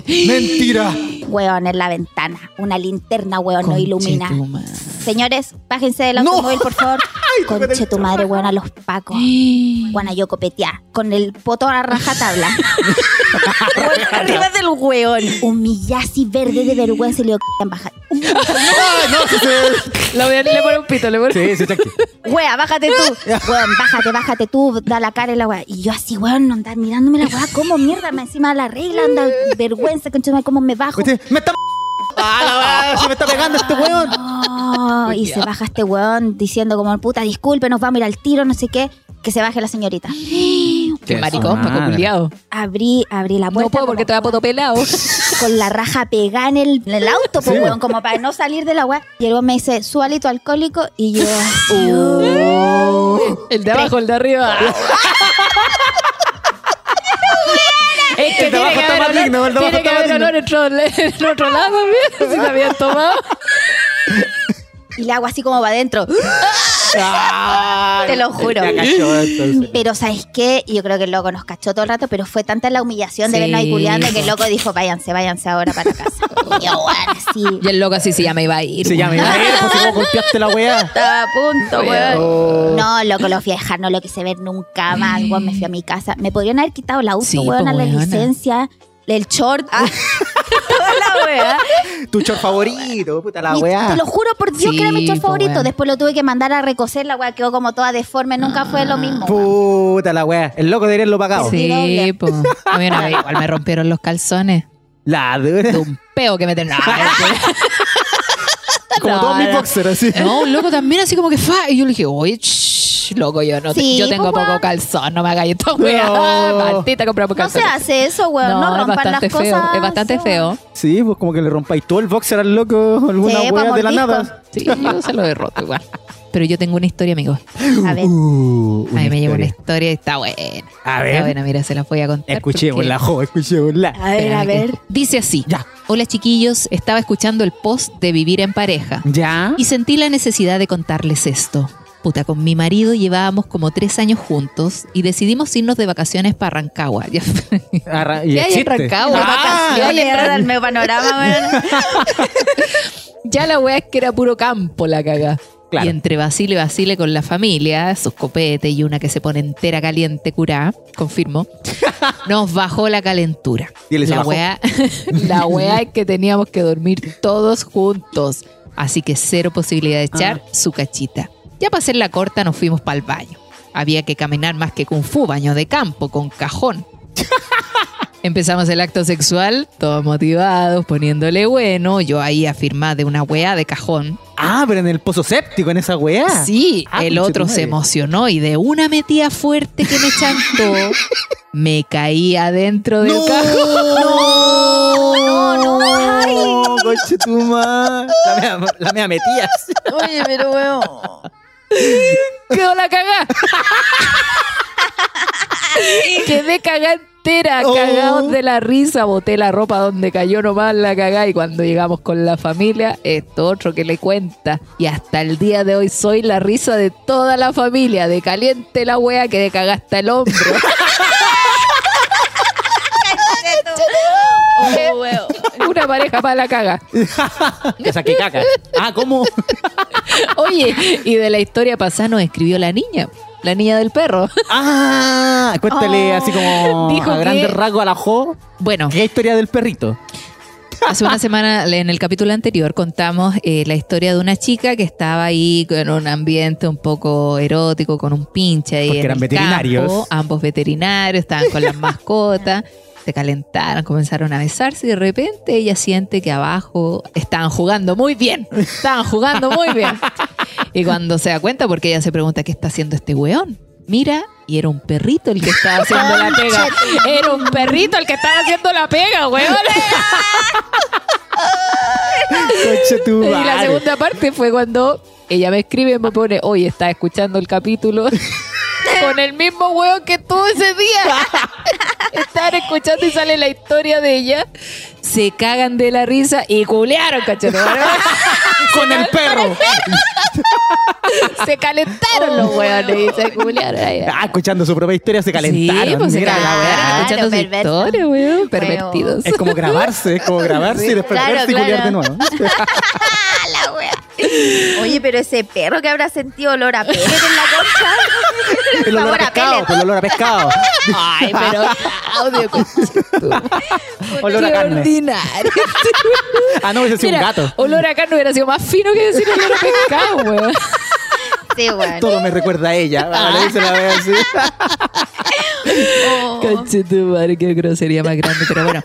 S5: Mentira.
S3: weón, en la ventana, una linterna, weón, no ilumina.
S1: Conchetumare.
S3: Señores, bájense del
S5: No.
S3: automóvil, por favor. Conche tu madre, weón, a los pacos. Bueno, yo copetea con el poto a rajatabla. Weón, Arriba del weón. Un millazi verde de vergüenza y le digo, "Tan baja.
S1: Lo voy a- Le pongo un pito, le pongo
S5: Sí, sí, tranqui.
S3: Wea, bájate tú. Weón, bájate, bájate tú, da la cara y la weá. Y yo así, weón, anda mirándome la weá, como mierda, me encima la regla, anda vergüenza, concha, madre, cómo me bajo.
S5: Usted- Me está ¡Ah, la weá! ¡Se me está pegando este weón!
S3: No, y se baja este weón diciendo como, puta, disculpe, nos vamos a ir al tiro, no sé qué. Que se baje la señorita.
S1: Qué maricón,
S7: madre.
S1: Paco culiao.
S3: Abrí, abrí la puerta.
S1: No puedo porque te
S3: como
S1: voy a poto pelado.
S3: Con la raja pegada en el, en el auto, po, weón, como para no salir de la weá. Y el weón me dice, su alito alcohólico. Y yo,
S5: Uh.
S1: El de abajo, el de arriba. Es que
S5: El de
S1: tiene
S5: abajo
S1: que
S5: está
S1: haber
S5: maligno,
S1: olor,
S5: el de
S1: tiene
S5: abajo
S1: que
S5: está
S1: haber olor en otro, en otro lado también, si se habían tomado.
S3: y le hago así como para adentro. Te lo juro.
S5: Ah. Ya cachó, entonces.
S3: Pero ¿sabes qué? Y Yo creo que el loco nos cachó todo el rato, pero fue tanta la humillación de
S1: Sí.
S3: vernos ahí culiando que el loco dijo, váyanse, váyanse ahora para casa. Y yo, weón, así.
S1: Y el loco así se llama iba a ir.
S5: Se llama,
S1: weón.
S5: mira, eh, pues, ¿cómo golpeaste la weá?
S3: Estaba a punto, weón.
S5: Oh.
S3: No, loco, lo fui a dejar, no lo quise ver nunca más, weón. Me fui a mi casa. Me podrían haber quitado el auto,
S1: Sí, po,
S3: weón, la
S1: weona.
S3: licencia, el short, ah, toda la weá.
S5: Tu chor favorito, puta la
S3: Y
S5: weá.
S3: Te lo juro por Dios que era mi
S1: Sí, pues,
S3: short
S1: po,
S3: favorito.
S1: weón.
S3: Después lo tuve que mandar a recoser, la weá quedó como toda deforme, nunca fue lo mismo. weón.
S5: Puta la weá. El loco debería haberlo pagado.
S1: Sí, po. A mí una vez igual me rompieron los calzones.
S5: La dura.
S1: De un peo que me ten- No,
S5: Como
S1: No,
S5: todos mis
S1: no.
S5: boxers, así.
S1: No, un loco también así como que fa. Y yo le dije, oye, shh, loco, yo no te-
S3: Sí,
S1: yo tengo
S3: po,
S1: poco
S3: weón.
S1: calzón, no me hagas esto, weón.
S5: No.
S1: Maldita comprar poco
S3: No se
S1: calzón.
S3: hace eso, weón. No,
S1: es
S3: rompan
S1: bastante
S3: las cosas.
S1: feo, es bastante
S3: sí, weón.
S1: feo.
S5: Sí, pues como que le rompáis todo el boxer al loco, alguna
S3: Sí, pa'
S5: weá de la
S3: mordisco.
S5: nada.
S1: Sí, yo se lo derroto igual. Pero yo tengo una historia, amigos.
S3: A ver.
S5: Uh,
S1: A mí me llegó una historia
S5: historia.
S1: y está buena.
S5: A
S1: Está
S5: ver,
S1: buena, mira, se las voy a contar. porque-
S5: escuchémosla, jo, escuchémosla.
S3: A ver, a
S1: Espérame
S3: ver.
S1: que- Dice así.
S5: Ya.
S1: Hola chiquillos, estaba escuchando el post de Vivir en Pareja.
S5: ¿Ya?
S1: Y sentí la necesidad de contarles esto. Puta, con mi marido llevábamos como tres años juntos y decidimos irnos de vacaciones para Rancagua. Ya-
S5: Arra- y
S1: ¿Qué hay en
S5: existe.
S1: Rancagua?
S5: Ah,
S1: Vacaciones.
S3: Yo le erré al medio panorama, weón.
S1: Ya la weá es que era puro campo la caga.
S5: Claro.
S1: Y entre vacile y vacile con la familia, sus copetes y una que se pone entera caliente curá, confirmo, nos bajó la calentura.
S5: Y les
S1: la
S5: bajó.
S1: weá, la weá es que teníamos que dormir todos juntos. Así que cero posibilidad de echar su cachita. Ya para hacer la corta nos fuimos para el baño. Había que caminar más que kung fu, baño de campo, con cajón. Empezamos el acto sexual, todos motivados, poniéndole bueno. Yo ahí afirmada de una weá de cajón.
S5: Ah, pero en el pozo séptico, en esa weá.
S1: Sí,
S5: Ah,
S1: el
S5: conche
S1: otro
S5: tu madre.
S1: se emocionó y de una metida fuerte que me chantó, me caí adentro del
S5: ¡No!
S1: cajón.
S5: ¡No! ¡No, no! ¡Coche tu madre! La mea, la mea metías.
S3: Oye, pero weón.
S1: Quedó la cagá. Quedé cagá entera,
S5: Oh.
S1: cagados de la risa. Boté la ropa donde cayó nomás la cagá. Y cuando llegamos con la familia, esto otro que le cuenta. Y hasta el día de hoy soy la risa de toda la familia. De caliente la wea que de cagá hasta el hombro.
S3: Oh, weón.
S1: Una pareja para la caga.
S5: Que saqué caca. Ah, ¿cómo?
S1: Oye, y de la historia pasada nos escribió la niña. La niña del perro.
S5: Ah, cuéntale
S1: Oh.
S5: así como
S1: Dijo
S5: a
S1: que-
S5: grandes rasgos a la jo.
S1: Bueno,
S5: ¿Qué historia del perrito?
S1: Hace una semana, en el capítulo anterior, contamos eh, la historia de una chica que estaba ahí con un ambiente un poco erótico, con un pinche ahí.
S5: Porque
S1: en
S5: eran
S1: el
S5: veterinarios.
S1: campo. ambos veterinarios, estaban con las mascotas, se calentaron, comenzaron a besarse y de repente ella siente que abajo estaban jugando muy bien. Estaban jugando muy bien. Y cuando se da cuenta, porque ella se pregunta qué está haciendo este weón, mira y era un perrito el que estaba haciendo la pega. Era un perrito el que estaba haciendo la pega, weón.
S5: Coche tu
S1: Y la
S5: madre.
S1: segunda parte fue cuando ella me escribe y me pone, hoy está escuchando el capítulo con el mismo huevo que tú ese día. Estar escuchando y sale la historia de ella. Se cagan de la risa y culearon, cachorro.
S5: Con el perro.
S1: Se calentaron
S5: Oh,
S1: los hueones y se culearon. Ahí.
S5: Ah, escuchando su propia historia se calentaron.
S1: Sí, pues se
S5: Mira la
S1: cagaron,
S5: weá.
S3: weá.
S1: escuchando su
S3: Claro, perverso.
S1: historia, weón. Pervertidos.
S5: Es como grabarse, es como grabarse y después
S3: Claro,
S5: verse y culiar de
S3: claro.
S5: nuevo.
S3: A la weón. Oye, pero ese perro que habrá sentido olor a pele en la concha.
S5: El olor a
S3: Sabor a
S5: pescado, pues
S3: pellet.
S5: el olor a pescado.
S1: Ay, pero audio
S5: Olor a
S1: Qué
S5: carne.
S1: ordinario.
S5: Ah, no, hubiese sido un
S1: Mira,
S5: gato.
S1: Olor a carne hubiera sido más fino que decir olor a pescado, weón.
S3: Sí, weón.
S5: Todo me recuerda a ella. Vale, ahí se la ve así.
S1: Conche tu madre, qué grosería más grande. Pero bueno,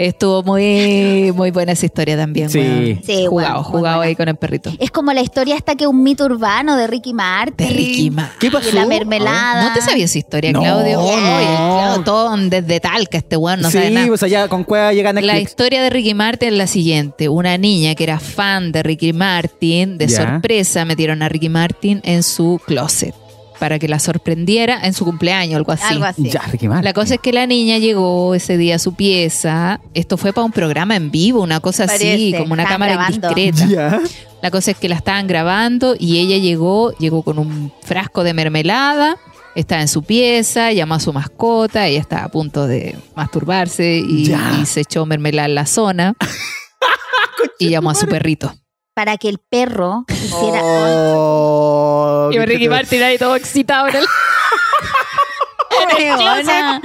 S1: Estuvo muy, muy buena esa historia también.
S5: Sí.
S1: weón.
S3: Sí,
S1: jugado,
S3: weón, muy
S1: jugado
S3: buena.
S1: ahí con el perrito.
S3: Es como la historia hasta que un mito urbano de Ricky Martin.
S1: De Ricky Ma-
S5: ¿Qué pasó?
S3: Y la
S5: A
S3: mermelada.
S1: ¿No te sabías esa historia,
S5: No,
S1: Claudio?
S5: no.
S1: Oye, Claudio, todo desde tal que este weón
S5: ver.
S1: no sabe
S5: Ah, sí, pues,
S1: nada.
S5: o sea, ya con cueva llega
S1: La
S5: Netflix.
S1: historia de Ricky Martin es la siguiente. Una niña que era fan de Ricky Martin, de
S5: Ya.
S1: sorpresa metieron a Ricky Martin en su closet para que la sorprendiera en su cumpleaños, algo así.
S3: Algo así.
S5: Ya, Ricky Martin.
S1: La cosa es que la niña llegó ese día a su pieza. Esto fue para un programa en vivo, una cosa así,
S3: Parece,
S1: como una
S3: estaban
S1: cámara
S3: grabando.
S1: indiscreta.
S5: Ya.
S1: La cosa es que la estaban grabando y ella llegó, llegó con un frasco de mermelada, estaba en su pieza, llamó a su mascota, ella estaba a punto de masturbarse y,
S5: Ya.
S1: y se echó mermelada en la zona y llamó a su perrito.
S3: Para que el perro hiciera.
S5: Oh, qué te-
S1: ahí todo excitado en el...
S3: Weona.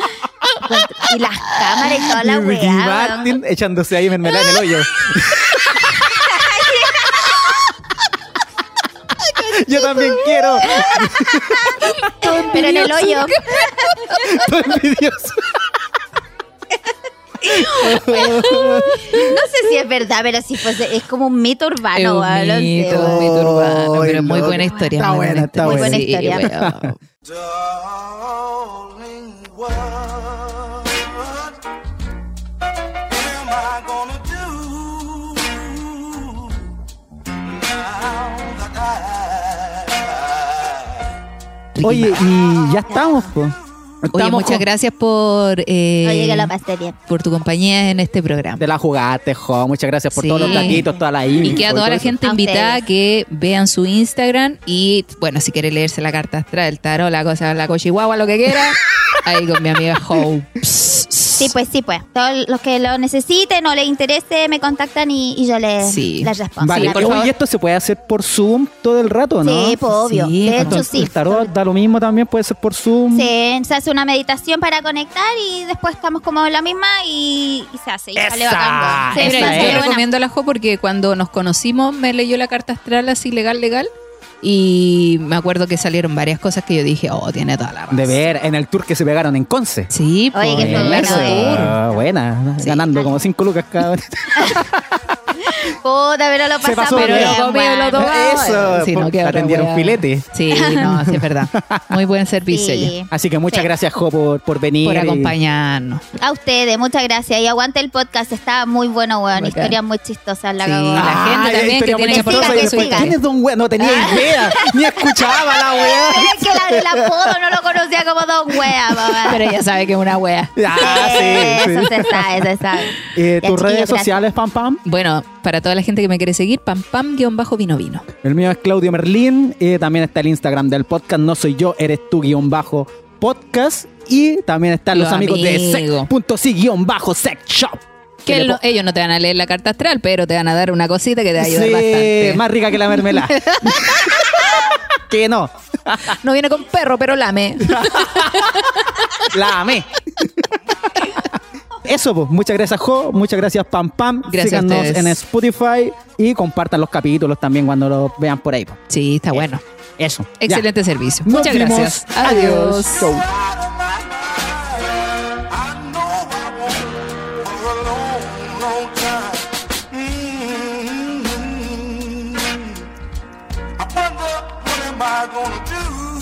S3: y las cámaras y toda la
S5: Ricky
S3: weá. weón.
S5: Martin echándose ahí mermelada en el hoyo. Yo también quiero.
S3: Pero en el hoyo.
S5: Todo envidioso.
S3: No sé si es verdad, pero si fuese, es como un mito
S1: Es
S3: urbano.
S1: un
S3: weón, no sé,
S1: mito,
S3: weón.
S1: un mito urbano,
S5: Ay,
S1: pero muy
S5: loco.
S1: buena historia.
S5: Está
S1: muy
S5: buena, está
S1: historia.
S3: buena. Muy buena
S1: Sí,
S3: historia.
S1: weón.
S4: Darling, what am I gonna do now that I
S1: Ricky
S5: Oye,
S1: Martin.
S5: y ya estamos, po.
S1: Oye,
S5: Estamos
S1: muchas
S5: con-
S1: gracias por, eh,
S3: Oye, que lo pasé bien.
S1: por tu compañía en este programa.
S5: Te la jugaste, jo. Muchas gracias por
S1: Sí.
S5: todos los datitos, toda la info
S1: Y queda toda
S5: todo
S1: la
S5: eso.
S1: gente
S3: A
S1: invitada
S3: ustedes.
S1: que vean su Instagram y, bueno, si quiere leerse la carta astral, el tarot, la cosa, la cochihuahua, lo que quiera, ahí con mi amiga Hope.
S3: Sí, pues, sí, pues. Todos los que lo necesiten o les interese, me contactan y, y yo les,
S1: Sí.
S3: les respondo.
S5: Vale,
S1: Sí, por
S5: oye,
S1: favor.
S5: ¿y esto se puede hacer por Zoom todo el rato, no?
S3: Sí, pues, obvio.
S1: Sí, con
S3: de hecho,
S5: Entonces,
S3: sí.
S5: El tarot da lo mismo también, puede ser por Zoom.
S3: Se, se hace una meditación para conectar y después estamos como en la misma y, y se hace. Y sale
S5: ¡Esa!
S3: bacán. pues. weón. Sí,
S5: ¡Esa
S1: Mira,
S3: sí,
S1: yo
S5: es.
S3: buena.
S1: recomiendo a la Jo porque cuando nos conocimos me leyó la carta astral así legal, legal. Y me acuerdo que salieron varias cosas que yo dije, oh, tiene toda la razón.
S5: De ver, en el tour que se pegaron en Conce.
S1: Sí, pues,
S3: Oye, que fue
S1: el
S3: bueno,
S1: largo
S3: eh.
S1: tour.
S5: Ah, buena,
S1: Sí.
S5: ganando como 5 lucas cada vez.
S3: Puta, pero lo
S5: Se
S3: pasamos
S5: pasó,
S1: Pero
S5: Bien,
S1: lo comí,
S3: weón.
S1: lo tomé.
S5: Eso,
S1: Sí, no,
S5: por-
S1: qué otra
S5: atendieron
S1: wea.
S5: filete.
S1: Sí, no, sí, es verdad. Muy buen servicio
S3: Sí.
S1: ella.
S5: Así que muchas
S3: Sí.
S5: gracias, Jo, por, por venir.
S1: por
S5: y-
S1: acompañarnos.
S3: A ustedes, muchas gracias. Y aguante el podcast, está muy bueno, weón.
S1: Bacán.
S3: Historias muy chistosas, la
S1: Sí,
S3: cagó.
S1: la
S5: Ah,
S1: gente
S5: la
S1: también que
S5: historia
S1: tiene que
S5: muy
S1: Ah.
S5: chistosa
S1: aportar con
S3: que
S5: y
S1: su
S5: después,
S3: siga.
S5: ¿Quién
S1: historia.
S5: es Don Wea? No tenía idea, ni escuchaba la wea.
S3: Es que la, el apodo no lo conocía como Don Wea, papá.
S1: Pero ella sabe que es una wea.
S5: Ah, sí,
S3: Eso
S5: sí.
S3: se sabe, se sabe.
S5: Eh,
S3: Ya,
S5: tus redes
S3: chiquillos, gracias.
S5: sociales, pam pam.
S1: Bueno, para toda la gente que me quiere seguir, pam pam guión bajo vino vino.
S5: El mío es Claudio Merlín. eh, también está el Instagram del podcast. No soy yo, eres tú, guión bajo podcast. Y también están los,
S1: Los
S5: amigos, de
S1: amigos.
S5: sec.si, guión bajo sex shop.
S1: Que
S5: le
S1: no- ellos no te van a leer la carta astral, pero te van a dar una cosita que te va a ayudar
S5: Sí,
S1: bastante.
S5: más rica que la mermelada. que no,
S1: Ah, No viene con perro, pero lame.
S5: la amé. Eso, pues. Muchas gracias, Jo. Muchas gracias, Pam Pam.
S1: Gracias a
S5: Síganos
S1: ustedes.
S5: en Spotify y compartan los capítulos también cuando los vean por ahí. pues.
S1: Sí, está bueno.
S5: Eso. ya.
S1: Excelente servicio.
S5: Nos
S1: Muchas
S5: vimos.
S1: gracias.
S5: Adiós.
S1: Adiós.
S5: Chau.
S4: out of my mind. I know I won't for a long, long time. Mm-hmm. mm I wonder what am I gonna do?